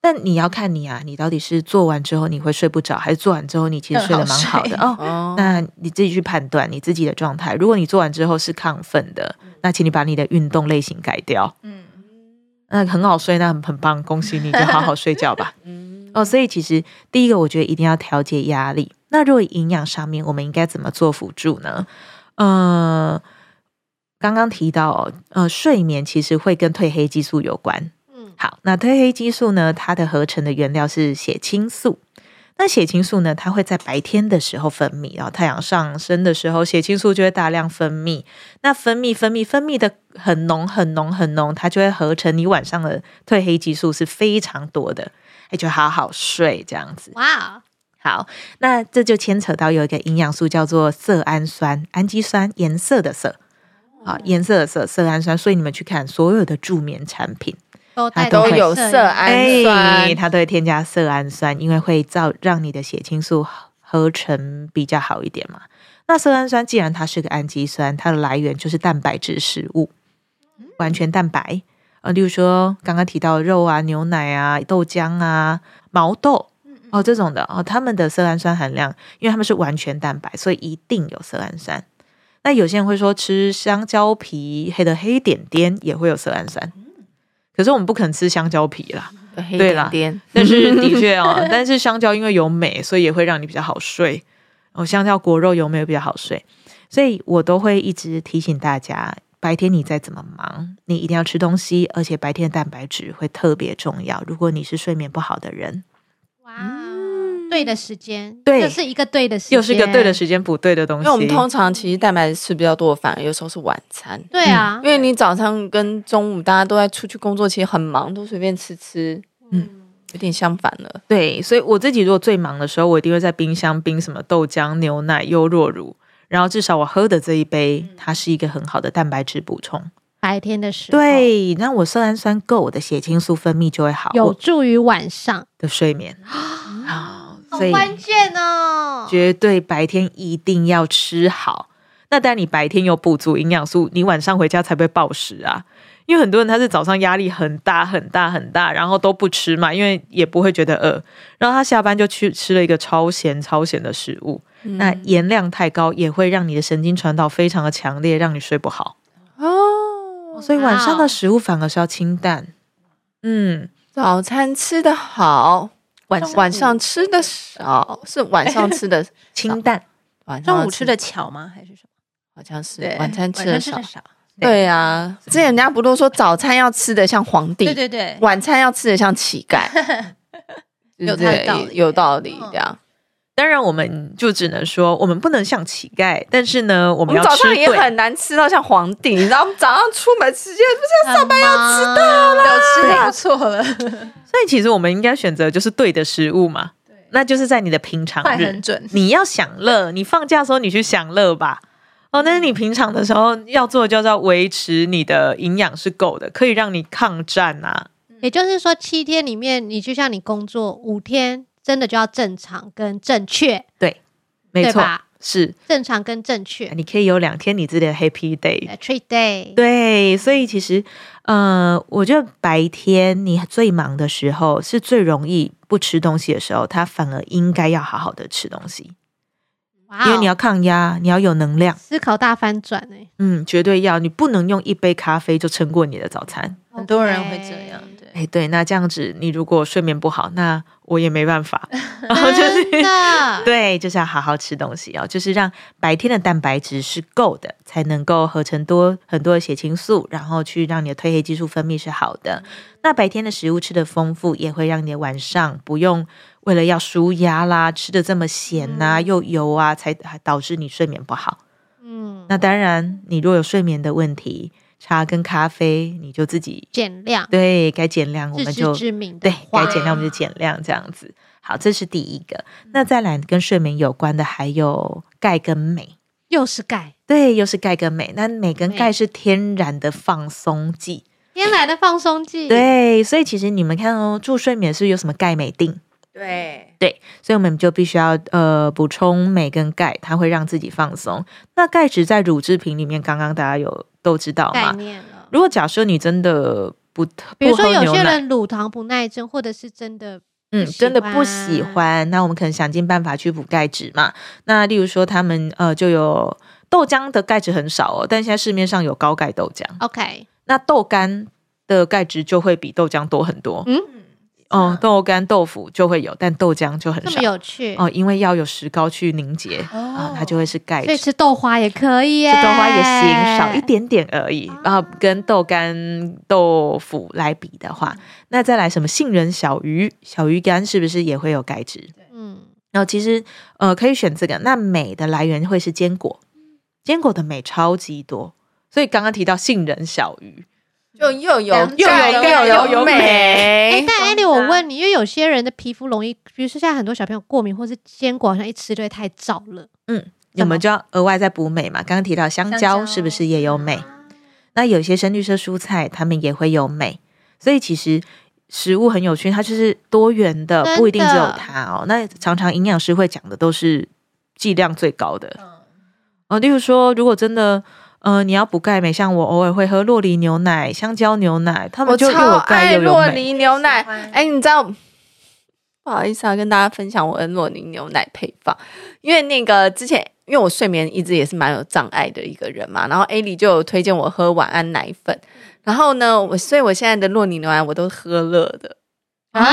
[SPEAKER 4] 但你要看你啊，你到底是做完之后你会睡不着，还是做完之后你其实睡得蛮好的
[SPEAKER 3] 更
[SPEAKER 4] 哦？
[SPEAKER 1] 哦，
[SPEAKER 4] 那你自己去判断你自己的状态。如果你做完之后是亢奋的，那请你把你的运动类型改掉。
[SPEAKER 3] 嗯，
[SPEAKER 4] 那很好睡，那很很棒，恭喜你，就好好睡觉吧。哦，所以其实第一个，我觉得一定要调节压力。那如果营养上面，我们应该怎么做辅助呢？呃，刚刚提到、哦，呃，睡眠其实会跟褪黑激素有关。
[SPEAKER 2] 嗯
[SPEAKER 4] 好，那褪黑激素呢，它的合成的原料是血清素。那血清素呢，它会在白天的时候分泌，然后太阳上升的时候，血清素就会大量分泌。那分泌、分泌、分泌的很浓、很浓、很浓，它就会合成你晚上的褪黑激素是非常多的，哎，就好好睡这样子。
[SPEAKER 2] 哇，
[SPEAKER 4] 好，那这就牵扯到有一个营养素叫做色氨酸，氨基酸，颜色的色，啊，颜色的色，色氨酸。所以你们去看所有的助眠产品，
[SPEAKER 2] 都带
[SPEAKER 4] 都
[SPEAKER 1] 都
[SPEAKER 4] 会
[SPEAKER 1] 有色氨
[SPEAKER 4] 哎
[SPEAKER 1] 酸，
[SPEAKER 4] 它都会添加色氨酸，因为会造让你的血清素合成比较好一点嘛。那色氨酸既然它是个氨基酸，它的来源就是蛋白质食物，完全蛋白，呃，例如说刚刚提到的肉啊、牛奶啊、豆浆啊、毛豆。哦，这种的哦，它们的色氨酸含量，因为它们是完全蛋白，所以一定有色氨酸。那有些人会说吃香蕉皮黑的黑点点也会有色氨酸，可是我们不肯吃香蕉皮啦。
[SPEAKER 1] 黑
[SPEAKER 4] 对
[SPEAKER 1] 点
[SPEAKER 4] 啦
[SPEAKER 1] 点。
[SPEAKER 4] 但是的确 哦，但是香蕉因为有镁，所以也会让你比较好睡。哦，香蕉果肉有镁比较好睡，所以我都会一直提醒大家，白天你再怎么忙，你一定要吃东西，而且白天的蛋白质会特别重要。如果你是睡眠不好的人，
[SPEAKER 2] 哇，对的时间，
[SPEAKER 4] 对
[SPEAKER 2] 这是一个对的时间，
[SPEAKER 4] 又是一个对的时间不对的东
[SPEAKER 1] 因
[SPEAKER 4] 西，
[SPEAKER 1] 为我们通常其实蛋白质吃比较多，反而有时候是晚餐。
[SPEAKER 2] 对啊
[SPEAKER 1] 因，
[SPEAKER 4] 嗯
[SPEAKER 1] 为你早上跟中午大家都在出去工作，其实很忙，都随便吃吃，
[SPEAKER 4] 嗯
[SPEAKER 1] 有点相反了。
[SPEAKER 4] 对，所以我自己如果最忙的时候，我一定会在冰箱冰什么豆浆、牛奶、优酪乳，然后至少我喝的这一杯，它是一个很好的蛋白质补充。
[SPEAKER 2] 白天的时候，，
[SPEAKER 4] 对，那我色氨酸够，我的血清素分泌就会好，
[SPEAKER 2] 哦有
[SPEAKER 4] 我
[SPEAKER 2] 助于晚上，
[SPEAKER 4] 的睡眠好，
[SPEAKER 2] 好
[SPEAKER 4] 所以
[SPEAKER 2] 关键哦。
[SPEAKER 4] 绝对白天一定要吃好。那但你白天又不足营养素，你晚上回家才不会暴食啊。因为很多人他是早上压力很大很大很大，然后都不吃嘛，因为也不会觉得饿，然后他下班就去吃了一个超咸超咸的食物，
[SPEAKER 2] 嗯
[SPEAKER 4] 那盐量太高也会让你的神经传导非常的强烈，让你睡不好。
[SPEAKER 1] 哦，
[SPEAKER 4] 所以晚
[SPEAKER 2] 啊
[SPEAKER 4] 上的食物反而是要清淡。嗯，
[SPEAKER 1] 早餐吃的好，晚晚上吃的少，是晚上吃的
[SPEAKER 4] 清淡。
[SPEAKER 1] 晚上
[SPEAKER 3] 中午吃的巧吗？还是什么？
[SPEAKER 1] 好像是
[SPEAKER 3] 对，
[SPEAKER 1] 晚餐吃的
[SPEAKER 3] 晚上
[SPEAKER 1] 少
[SPEAKER 3] 吃的。少。
[SPEAKER 1] 对啊，之前人家不都说早餐要吃的像皇帝，
[SPEAKER 3] 对对对，
[SPEAKER 1] 晚餐要吃的像乞 丐，对不对
[SPEAKER 3] 有道理嗯
[SPEAKER 1] 有道理这样。
[SPEAKER 4] 当然，我们就只能说，我们不能像乞丐，但是呢，我
[SPEAKER 1] 我
[SPEAKER 4] 们
[SPEAKER 1] 们
[SPEAKER 4] 要
[SPEAKER 1] 早
[SPEAKER 4] 吃
[SPEAKER 1] 上也
[SPEAKER 4] 对。
[SPEAKER 1] 很难吃到像皇帝，你知道，我们早上出门时间不是
[SPEAKER 2] 上班要吃到
[SPEAKER 3] 有吃的也不错了，
[SPEAKER 4] 所以，其实我们应该选择就是对的食物嘛。那就是在你的平常
[SPEAKER 3] 快
[SPEAKER 4] 日
[SPEAKER 3] 很，准。
[SPEAKER 4] 你要享乐，你放假的时候你去享乐吧。哦，但是你平常的时候要做，就是要维持你的营养是够的，可以让你抗战啊。
[SPEAKER 2] 也就是说，七天里面，你就像你工作五天，真的就要正常跟正确，
[SPEAKER 4] 没
[SPEAKER 2] 对
[SPEAKER 4] 错，
[SPEAKER 2] 吧？
[SPEAKER 4] 是
[SPEAKER 2] 正常跟正确
[SPEAKER 4] 你可以有两天你自己的 happy day。
[SPEAKER 2] 呃，treat day，，
[SPEAKER 4] 对，所以其实，呃，我觉得白天你最忙的时候，是最容易不吃东西的时候，它反而应该要好好的吃东西，
[SPEAKER 2] 哇哦
[SPEAKER 4] 因为你要抗压，你要有能量，
[SPEAKER 2] 思考大翻转 哎、
[SPEAKER 4] 嗯，绝对要，你不能用一杯咖啡就撑过你的早餐。
[SPEAKER 3] 很多人会这样
[SPEAKER 2] OK，
[SPEAKER 3] 对，
[SPEAKER 4] 哎，对，那这样子，你如果睡眠不好，那我也没办法，然后哦就是
[SPEAKER 2] 真。的，
[SPEAKER 4] 对，就是要好好吃东西哦，就是让白天的蛋白质是够的，才能够合成多很多的血清素，然后去让你的褪黑激素分泌是好
[SPEAKER 2] 嗯
[SPEAKER 4] 的。那白天的食物吃的丰富，也会让你的晚上不用为了要舒压啦，吃的这么咸呐、又油啊，才还导致你睡眠不好。
[SPEAKER 2] 嗯，
[SPEAKER 4] 那当然，你若有睡眠的问题，茶跟咖啡你就自己
[SPEAKER 2] 减量，
[SPEAKER 4] 对该减量，我
[SPEAKER 2] 自
[SPEAKER 4] 们
[SPEAKER 2] 知
[SPEAKER 4] 就
[SPEAKER 2] 之明的
[SPEAKER 4] 对，
[SPEAKER 2] 话，
[SPEAKER 4] 该减量我们就减量，这样子。好，这是第一个。
[SPEAKER 2] 嗯
[SPEAKER 4] 那再来跟睡眠有关的还有钙跟镁，
[SPEAKER 2] 又是钙，
[SPEAKER 4] 对，又是钙跟镁。那镁跟
[SPEAKER 2] 镁
[SPEAKER 4] 钙是天然的放松剂，
[SPEAKER 2] 天然的放松剂，，
[SPEAKER 4] 对，所以其实你们看哦，助睡眠是有什么钙镁锭，
[SPEAKER 1] 对，
[SPEAKER 4] 所以我们就必须要呃补充镁跟钙，它会让自己放松。那钙质在乳制品里面，刚刚大家有都知道
[SPEAKER 2] 概
[SPEAKER 4] 嘛？
[SPEAKER 2] 念了。
[SPEAKER 4] 如果假设你真的不特，
[SPEAKER 2] 比如说，
[SPEAKER 4] 不喝
[SPEAKER 2] 有
[SPEAKER 4] 牛
[SPEAKER 2] 些
[SPEAKER 4] 奶
[SPEAKER 2] 人乳糖不耐症，或者是真的
[SPEAKER 4] 嗯，
[SPEAKER 2] 不喜
[SPEAKER 4] 真的不喜
[SPEAKER 2] 欢
[SPEAKER 4] 欢，那我们可能想尽办法去补钙质嘛。那例如说，他们呃就有豆浆的钙质很少哦，但现在市面上有高钙豆浆，
[SPEAKER 2] OK，
[SPEAKER 4] 那豆干的钙质就会比豆浆多很多。
[SPEAKER 2] 嗯
[SPEAKER 4] 哦，豆干、豆腐就会有，但豆浆就很
[SPEAKER 2] 这么
[SPEAKER 4] 少。
[SPEAKER 2] 有趣，
[SPEAKER 4] 哦，因为要有石膏去凝结啊、
[SPEAKER 3] 哦
[SPEAKER 4] 它就会是钙
[SPEAKER 2] 所以
[SPEAKER 4] 质。
[SPEAKER 2] 吃豆花也可以耶，
[SPEAKER 4] 吃豆花也行，少一。点点而已。然后跟豆干、豆腐来比的话，那再来什么杏仁小鱼、小鱼干，是不是也会有钙质？
[SPEAKER 2] 嗯，
[SPEAKER 4] 然后其实呃可以选这个，那镁的来源会是坚果，坚果的镁超级多，所以刚刚提到杏仁小鱼，
[SPEAKER 1] 就又有
[SPEAKER 3] 两
[SPEAKER 1] 钙
[SPEAKER 3] 种又有
[SPEAKER 1] 有
[SPEAKER 2] 哎，
[SPEAKER 1] 美，
[SPEAKER 2] 但 a n 我问你，因为有些人的皮肤容易，比如说现在很多小朋友过敏，或是坚果好像一吃就会太燥了。
[SPEAKER 4] 我们就要额外再补镁嘛。刚刚提到香
[SPEAKER 3] 香
[SPEAKER 4] 蕉
[SPEAKER 3] 蕉
[SPEAKER 4] 是不是也有镁？那有些深绿色蔬菜它们也会有镁，所以其实。食物很有趣，它就是多元的
[SPEAKER 2] 真，的
[SPEAKER 4] 不一定只有它哦。那常常营养师会讲的都是剂量最高的，呃，例如说，如果真的，呃，你要补钙镁，像我偶尔会喝洛梨牛奶、香蕉牛奶，他们
[SPEAKER 1] 我
[SPEAKER 4] 就又
[SPEAKER 1] 超
[SPEAKER 4] 有钙
[SPEAKER 1] 爱
[SPEAKER 4] 又有
[SPEAKER 1] 洛
[SPEAKER 4] 镁。
[SPEAKER 1] 梨牛奶
[SPEAKER 3] 喜欢。
[SPEAKER 1] 哎，你知道？不好意思啊，跟大家分享我的洛梨牛奶配方，因为那个之前因为我睡眠一直也是蛮有障碍的一个人嘛，然后 A 里就有推荐我喝晚安奶粉，然后呢，我所以我现在的洛梨牛奶我都喝热的，
[SPEAKER 2] 啊，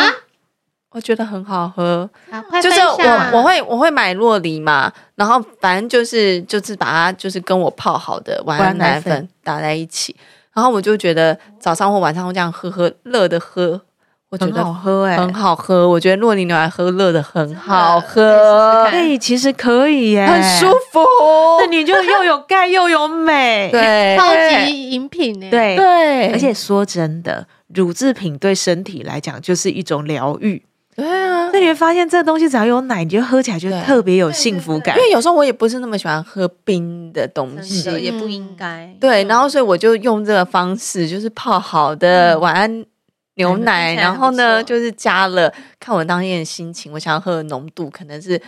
[SPEAKER 1] 我觉得很好喝，
[SPEAKER 2] 啊快
[SPEAKER 1] 就是
[SPEAKER 2] 分享
[SPEAKER 1] 我我会我会买洛梨嘛，然后反正就是就是把它就是跟我泡好的晚安奶
[SPEAKER 4] 晚安奶
[SPEAKER 1] 粉打在一起，然后我就觉得早上或晚上会这样喝喝热的喝，我觉
[SPEAKER 4] 很好
[SPEAKER 1] 得
[SPEAKER 4] 喝哎、
[SPEAKER 1] 很好喝，我觉得洛梨牛奶喝热的很好
[SPEAKER 3] 可
[SPEAKER 1] 喝
[SPEAKER 4] 对，
[SPEAKER 3] 以试试，看
[SPEAKER 4] 其实可以耶、
[SPEAKER 1] 很舒服，
[SPEAKER 4] 那你就又有钙又有镁，
[SPEAKER 1] 对
[SPEAKER 2] 超级饮品呢，，
[SPEAKER 4] 对
[SPEAKER 1] 对，
[SPEAKER 4] 而且说真的，乳制品对身体来讲就是一种疗愈。
[SPEAKER 1] 对啊。
[SPEAKER 4] 那你会发现，这东西只要有奶，你就喝起来就
[SPEAKER 1] 对
[SPEAKER 4] 特别有幸福感
[SPEAKER 1] 因。为有时候我也不是那么喜欢喝冰的东西，
[SPEAKER 3] 真的也不应该。
[SPEAKER 1] 嗯对，然后所以我就用这个方式，就是泡好的晚安牛奶，
[SPEAKER 3] 听起来
[SPEAKER 1] 然后
[SPEAKER 3] 很
[SPEAKER 1] 呢
[SPEAKER 3] 不错
[SPEAKER 1] 就是加了，看我当天的心情，我想要喝的浓度可能是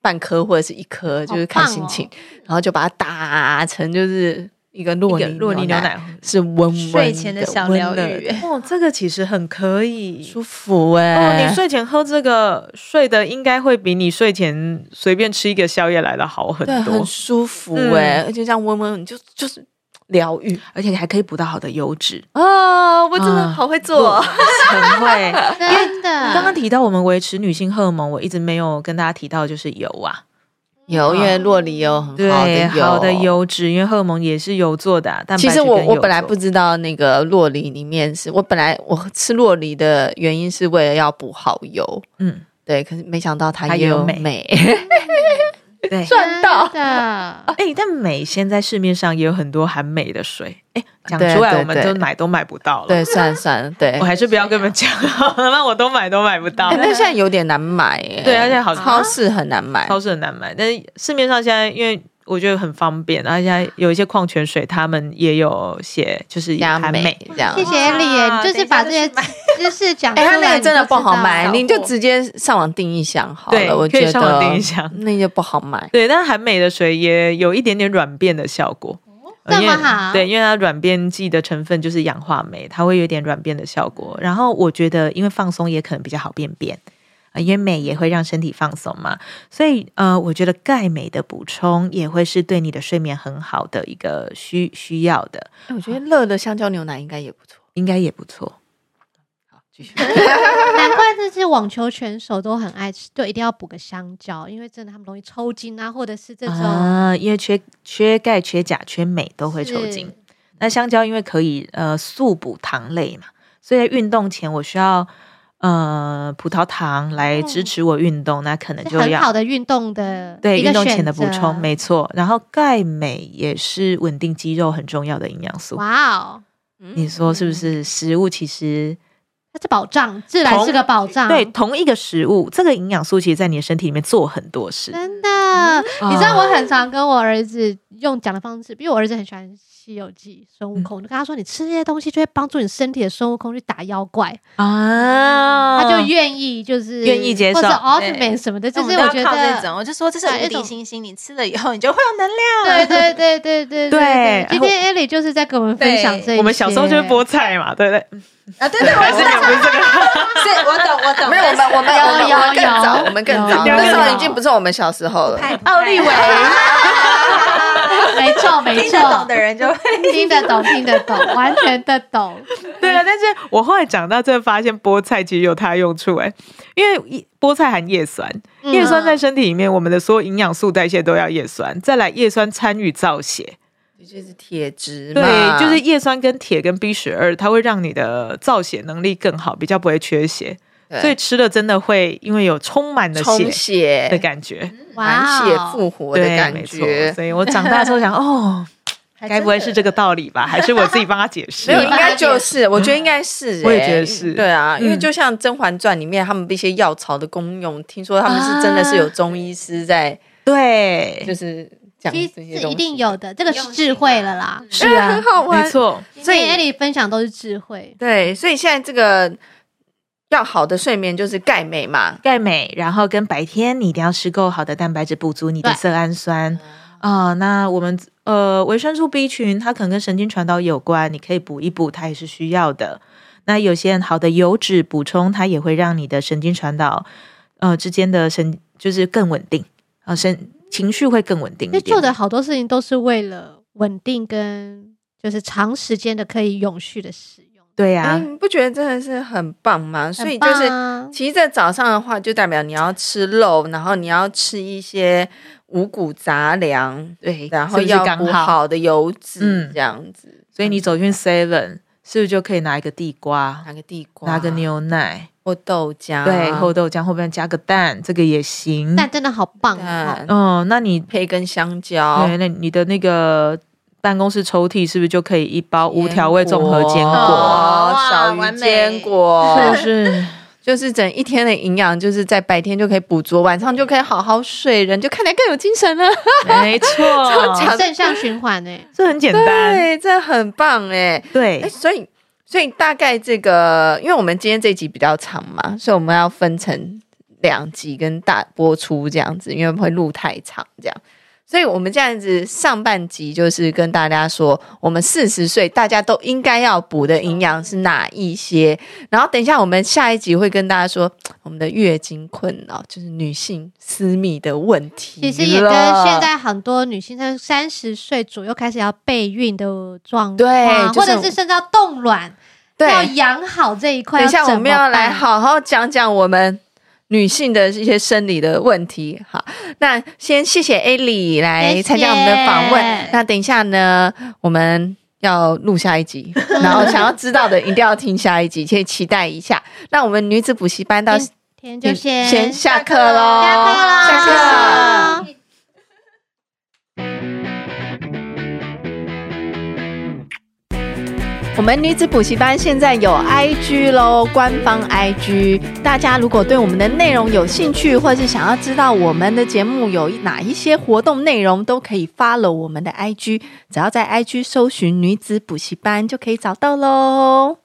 [SPEAKER 1] 半颗或者是一颗，就是看心情，然后就把它打成就是一个洛
[SPEAKER 4] 一
[SPEAKER 1] 尼
[SPEAKER 4] 个洛尼牛奶
[SPEAKER 1] 是温温
[SPEAKER 3] 睡前的小疗愈，
[SPEAKER 1] 温的
[SPEAKER 4] 哦，这个其实很可以。
[SPEAKER 1] 舒服
[SPEAKER 4] 哦，
[SPEAKER 1] 哎、
[SPEAKER 4] 你睡前喝这个，睡的应该会比你睡前随便吃一个宵夜来的好很
[SPEAKER 1] 对，
[SPEAKER 4] 多
[SPEAKER 1] 很，舒服哎、而且这样温温，你就就是疗愈
[SPEAKER 4] 而且你还可以补到好的油脂。
[SPEAKER 1] 啊！我真的
[SPEAKER 4] 啊
[SPEAKER 1] 好会做，
[SPEAKER 4] 很会。
[SPEAKER 2] 真的。
[SPEAKER 4] 刚刚提到我们维持女性荷尔蒙，我一直没有跟大家提到的就是油啊，
[SPEAKER 1] 有因为洛梨有很好的
[SPEAKER 4] 对，
[SPEAKER 1] 油，
[SPEAKER 4] 好的。油脂，因为荷尔蒙也是油做的、啊。蛋白质
[SPEAKER 1] 其实我
[SPEAKER 4] 跟油
[SPEAKER 1] 我本来
[SPEAKER 4] 做
[SPEAKER 1] 不知道那个洛梨里面是我本来我吃洛梨的原因是为了要补好油，
[SPEAKER 4] 嗯，
[SPEAKER 1] 对，可是没想到它
[SPEAKER 4] 它
[SPEAKER 1] 也
[SPEAKER 4] 有
[SPEAKER 1] 有
[SPEAKER 4] 镁
[SPEAKER 1] 镁，
[SPEAKER 4] 对。
[SPEAKER 1] 赚到
[SPEAKER 2] 真的，
[SPEAKER 4] 哎、但美现在市面上也有很多含镁的水，哎、讲
[SPEAKER 1] 对
[SPEAKER 4] 出来
[SPEAKER 1] 对
[SPEAKER 4] 我们
[SPEAKER 1] 对
[SPEAKER 4] 就买都买不到 了。
[SPEAKER 1] 对，算了算了，对
[SPEAKER 4] 我。还是不要跟你们讲好了， 那我都买都买不到
[SPEAKER 1] 哎，。但现在有点难买耶，
[SPEAKER 4] 对而且好
[SPEAKER 1] 超市很难买，
[SPEAKER 4] 超市很难买，但是市面上现在因为我觉得很方便，然后现在有一些矿泉水，他们也有写就是
[SPEAKER 1] 加
[SPEAKER 4] 含
[SPEAKER 1] 美
[SPEAKER 4] 镁。
[SPEAKER 1] 这样
[SPEAKER 2] 谢。谢 Ellie，
[SPEAKER 4] 哇
[SPEAKER 2] 你就是把这些知识讲出
[SPEAKER 1] 哎，
[SPEAKER 2] 来，
[SPEAKER 1] 它那个真的
[SPEAKER 2] 你就知
[SPEAKER 1] 不
[SPEAKER 2] 道
[SPEAKER 1] 好买，
[SPEAKER 2] 了
[SPEAKER 1] 你就直接上网订一箱好
[SPEAKER 4] 对
[SPEAKER 1] 了。我
[SPEAKER 4] 可以
[SPEAKER 1] 觉
[SPEAKER 4] 上网
[SPEAKER 1] 得
[SPEAKER 4] 订一箱
[SPEAKER 1] 那就不好买。
[SPEAKER 4] 对，但含镁的水也有一点点软便的效果。
[SPEAKER 2] 哦
[SPEAKER 4] 呃
[SPEAKER 2] 这么
[SPEAKER 4] 因为
[SPEAKER 2] 好
[SPEAKER 4] 对，因为它软便剂的成分就是氧化酶，它会有点软便的效果。然后我觉得，因为放松也可能比较好便便，呃因为镁也会让身体放松嘛，所以呃，我觉得钙镁的补充也会是对你的睡眠很好的一个需需要的，
[SPEAKER 1] 哎我觉得乐的香蕉牛奶应该也不错。
[SPEAKER 4] 应该也不错。
[SPEAKER 1] 继续。
[SPEAKER 2] 难怪这些网球选手都很爱吃，就一定要补个香蕉，因为真的他们容易抽筋啊，或者是这种、
[SPEAKER 4] 啊，因为缺缺钙、缺钾、缺镁都会
[SPEAKER 2] 是
[SPEAKER 4] 抽筋。那香蕉因为可以呃速补糖类嘛，所以在运动前我需要呃葡萄糖来支持我运动，那可能
[SPEAKER 2] 哦是
[SPEAKER 4] 就
[SPEAKER 2] 很好
[SPEAKER 4] 要
[SPEAKER 2] 的运动的
[SPEAKER 4] 对
[SPEAKER 2] 一个
[SPEAKER 4] 运动
[SPEAKER 2] 选
[SPEAKER 4] 前的补
[SPEAKER 2] 择
[SPEAKER 4] 充，没错。然后钙镁也是稳定肌肉很重要的营养素。
[SPEAKER 2] 哇嗯哦，
[SPEAKER 1] 嗯
[SPEAKER 4] 你说是不是？食物其实
[SPEAKER 2] 它是保障，自然是个保障，
[SPEAKER 4] 对同一个食物，这个营养素其实在你的身体里面做很多事。啊
[SPEAKER 2] 真的，你知道我很常跟我儿子用讲的方式，因为我儿子很喜欢《西游记》孙悟空，我就跟他说，你吃这些东西就会帮助你身体的孙悟空去打妖怪，
[SPEAKER 4] 啊
[SPEAKER 2] 他嗯就愿意就是
[SPEAKER 4] 愿意接受
[SPEAKER 2] 或者
[SPEAKER 4] 对
[SPEAKER 2] Ultimate 什么的，这
[SPEAKER 3] 那哎我
[SPEAKER 2] 些
[SPEAKER 3] 们都要
[SPEAKER 2] 觉
[SPEAKER 3] 靠
[SPEAKER 2] 得
[SPEAKER 3] 这种，我就说这是
[SPEAKER 2] 对
[SPEAKER 3] 无
[SPEAKER 2] 一种
[SPEAKER 3] 敌星星，你吃了以后你就会有能量。
[SPEAKER 2] 对对对对对
[SPEAKER 4] 对
[SPEAKER 2] 今天 Ellie 就是在跟我们分享这一些，
[SPEAKER 4] 我们小时候就是菠菜嘛，对不对？
[SPEAKER 3] 啊，对对，我
[SPEAKER 4] 还是
[SPEAKER 3] 知
[SPEAKER 4] 讲
[SPEAKER 3] 道，
[SPEAKER 4] 不是这个。
[SPEAKER 3] 是我懂，我懂。
[SPEAKER 1] 没有，我们我们我们
[SPEAKER 2] 有
[SPEAKER 1] 我们更
[SPEAKER 2] 有
[SPEAKER 1] 早，我们更早，
[SPEAKER 4] 有有
[SPEAKER 1] 那时候
[SPEAKER 2] 有
[SPEAKER 1] 已经不是我们小时候了。
[SPEAKER 3] 奥利维，
[SPEAKER 2] 没错没
[SPEAKER 3] 听得懂
[SPEAKER 2] 错，
[SPEAKER 3] 的人就会。
[SPEAKER 2] 听得懂听得懂，完全的懂，
[SPEAKER 4] 对啊，但是我后来长大之后发现，菠菜其实有它的用处哎、因为一菠菜含叶酸，
[SPEAKER 2] 嗯
[SPEAKER 4] 叶酸在身体里面，我们的所有营养素代谢都要叶酸，再来叶酸参与造血，
[SPEAKER 1] 就是铁质
[SPEAKER 4] 对
[SPEAKER 1] 嘛，
[SPEAKER 4] 就是叶酸跟铁跟 B 十二，它会让你的造血能力更好，比较不会缺血，
[SPEAKER 1] 对
[SPEAKER 4] 所以吃了真的会因为有充满了
[SPEAKER 1] 充
[SPEAKER 4] 血的
[SPEAKER 1] 血、
[SPEAKER 4] 感觉，
[SPEAKER 2] 哇
[SPEAKER 1] 满血
[SPEAKER 2] 哦，
[SPEAKER 1] 复活的
[SPEAKER 4] 对，
[SPEAKER 1] 感
[SPEAKER 4] 没错
[SPEAKER 1] 觉。
[SPEAKER 4] 所以我长大之 后想，哦，该不会是这个道理吧？还是我自己帮他解释
[SPEAKER 1] 没有，
[SPEAKER 2] 你
[SPEAKER 1] 应
[SPEAKER 2] 帮
[SPEAKER 1] 该
[SPEAKER 2] 他
[SPEAKER 1] 就
[SPEAKER 2] 解
[SPEAKER 1] 是，我觉得应该是欸，
[SPEAKER 4] 嗯我也觉得是
[SPEAKER 1] 对啊，因为
[SPEAKER 4] 嗯
[SPEAKER 1] 就像《甄嬛传》里面，他们一些药草的功用，听说他们是真的是有中医师在，
[SPEAKER 4] 对，
[SPEAKER 1] 就是讲
[SPEAKER 2] 其
[SPEAKER 1] 这
[SPEAKER 2] 实
[SPEAKER 1] 些
[SPEAKER 2] 是
[SPEAKER 1] 东西，
[SPEAKER 2] 一定有的，这个是智慧了啦。
[SPEAKER 1] 是啊，很好玩
[SPEAKER 4] 没。错，
[SPEAKER 2] 所以 Ellie 分享都是智慧，
[SPEAKER 1] 对，所以现在这个要好的睡眠就是钙镁嘛，
[SPEAKER 4] 钙镁，然后跟白天你一定要吃够好的蛋白质，补足你的
[SPEAKER 2] 对
[SPEAKER 4] 色氨酸啊、那我们呃维生素 B 群，它可能跟神经传导有关，你可以补一补，它也是需要的。那有些人好的油脂补充，它也会让你的神经传导呃之间的神就是更稳定啊、呃神情绪会更稳
[SPEAKER 1] 嗯
[SPEAKER 4] 定一
[SPEAKER 2] 因为
[SPEAKER 4] 点。
[SPEAKER 2] 做的好多事情都是为了稳定跟就是长时间的可以永续的使用，
[SPEAKER 4] 对啊
[SPEAKER 1] 哎，
[SPEAKER 4] 呀、
[SPEAKER 1] 你不觉得真的是很棒吗？所以就
[SPEAKER 2] 很
[SPEAKER 1] 是
[SPEAKER 2] 棒，啊
[SPEAKER 1] 其实，在早上的话，就代表你要吃肉，然后你要吃一些五谷杂粮，
[SPEAKER 4] 对，
[SPEAKER 1] 然后
[SPEAKER 4] 是不是
[SPEAKER 1] 要
[SPEAKER 4] 刚
[SPEAKER 1] 补
[SPEAKER 4] 好，
[SPEAKER 1] 好的油脂，
[SPEAKER 4] 嗯
[SPEAKER 1] 这样子。
[SPEAKER 4] 所以你走进 Seven 是不是就可以拿一个地瓜，
[SPEAKER 1] 拿个地瓜，啊
[SPEAKER 4] 拿个牛奶？
[SPEAKER 1] 或豆浆，
[SPEAKER 4] 对，厚豆浆后面加个蛋，这个也行。
[SPEAKER 2] 但真的好棒哦，
[SPEAKER 1] 蛋
[SPEAKER 4] 嗯，那你
[SPEAKER 1] 配一根香蕉，
[SPEAKER 4] 对，那你的那个办公室抽屉是不是就可以一包无
[SPEAKER 1] 坚
[SPEAKER 4] 调味综合坚果？
[SPEAKER 1] 果
[SPEAKER 3] 哦哇
[SPEAKER 1] 小鱼
[SPEAKER 3] 完美
[SPEAKER 1] 坚果，
[SPEAKER 4] 是不是？
[SPEAKER 1] 就是整一天的营养，就是在白天就可以捕捉，晚上就可以好好睡，人就看起来更有精神了。
[SPEAKER 4] 没错，
[SPEAKER 2] 哎正向循环哎，
[SPEAKER 4] 这很简单。
[SPEAKER 1] 对，这很棒哎。哎、
[SPEAKER 4] 对，
[SPEAKER 1] 所以所以大概这个，因为我们今天这集比较长嘛，所以我们要分成两集跟大播出这样子，因为会录太长这样。所以我们这样子上半集就是跟大家说，我们四十岁大家都应该要补的营养是哪一些。然后等一下我们下一集会跟大家说我们的月经困扰，就是女性私密的问题了。
[SPEAKER 2] 其实也跟现在很多女性在三十岁左右开始要备孕的状况，
[SPEAKER 1] 对就是
[SPEAKER 2] 或者是甚至要冻卵，要
[SPEAKER 1] 对，
[SPEAKER 2] 养好这一块。
[SPEAKER 1] 等一下
[SPEAKER 2] 怎么
[SPEAKER 1] 我们要来
[SPEAKER 2] 办
[SPEAKER 1] 好好讲讲我们。女性的一些生理的问题，好，那先谢谢 A 里来参加我们的访问
[SPEAKER 2] 谢谢。
[SPEAKER 1] 那等一下呢，我们要录下一 集，然后想要知道的一定要听下一集，可以期待一下。那我们女子补习班到
[SPEAKER 2] 今天就先
[SPEAKER 1] 嗯先下课喽，
[SPEAKER 2] 下课啦，
[SPEAKER 1] 下课。我们女子补习班现在有 IG 喽，官方 IG。大家如果对我们的内容有兴趣，或是想要知道我们的节目有哪一些活动内容，都可以 follow 我们的 IG。只要在 IG 搜寻“女子补习班”就可以找到喽。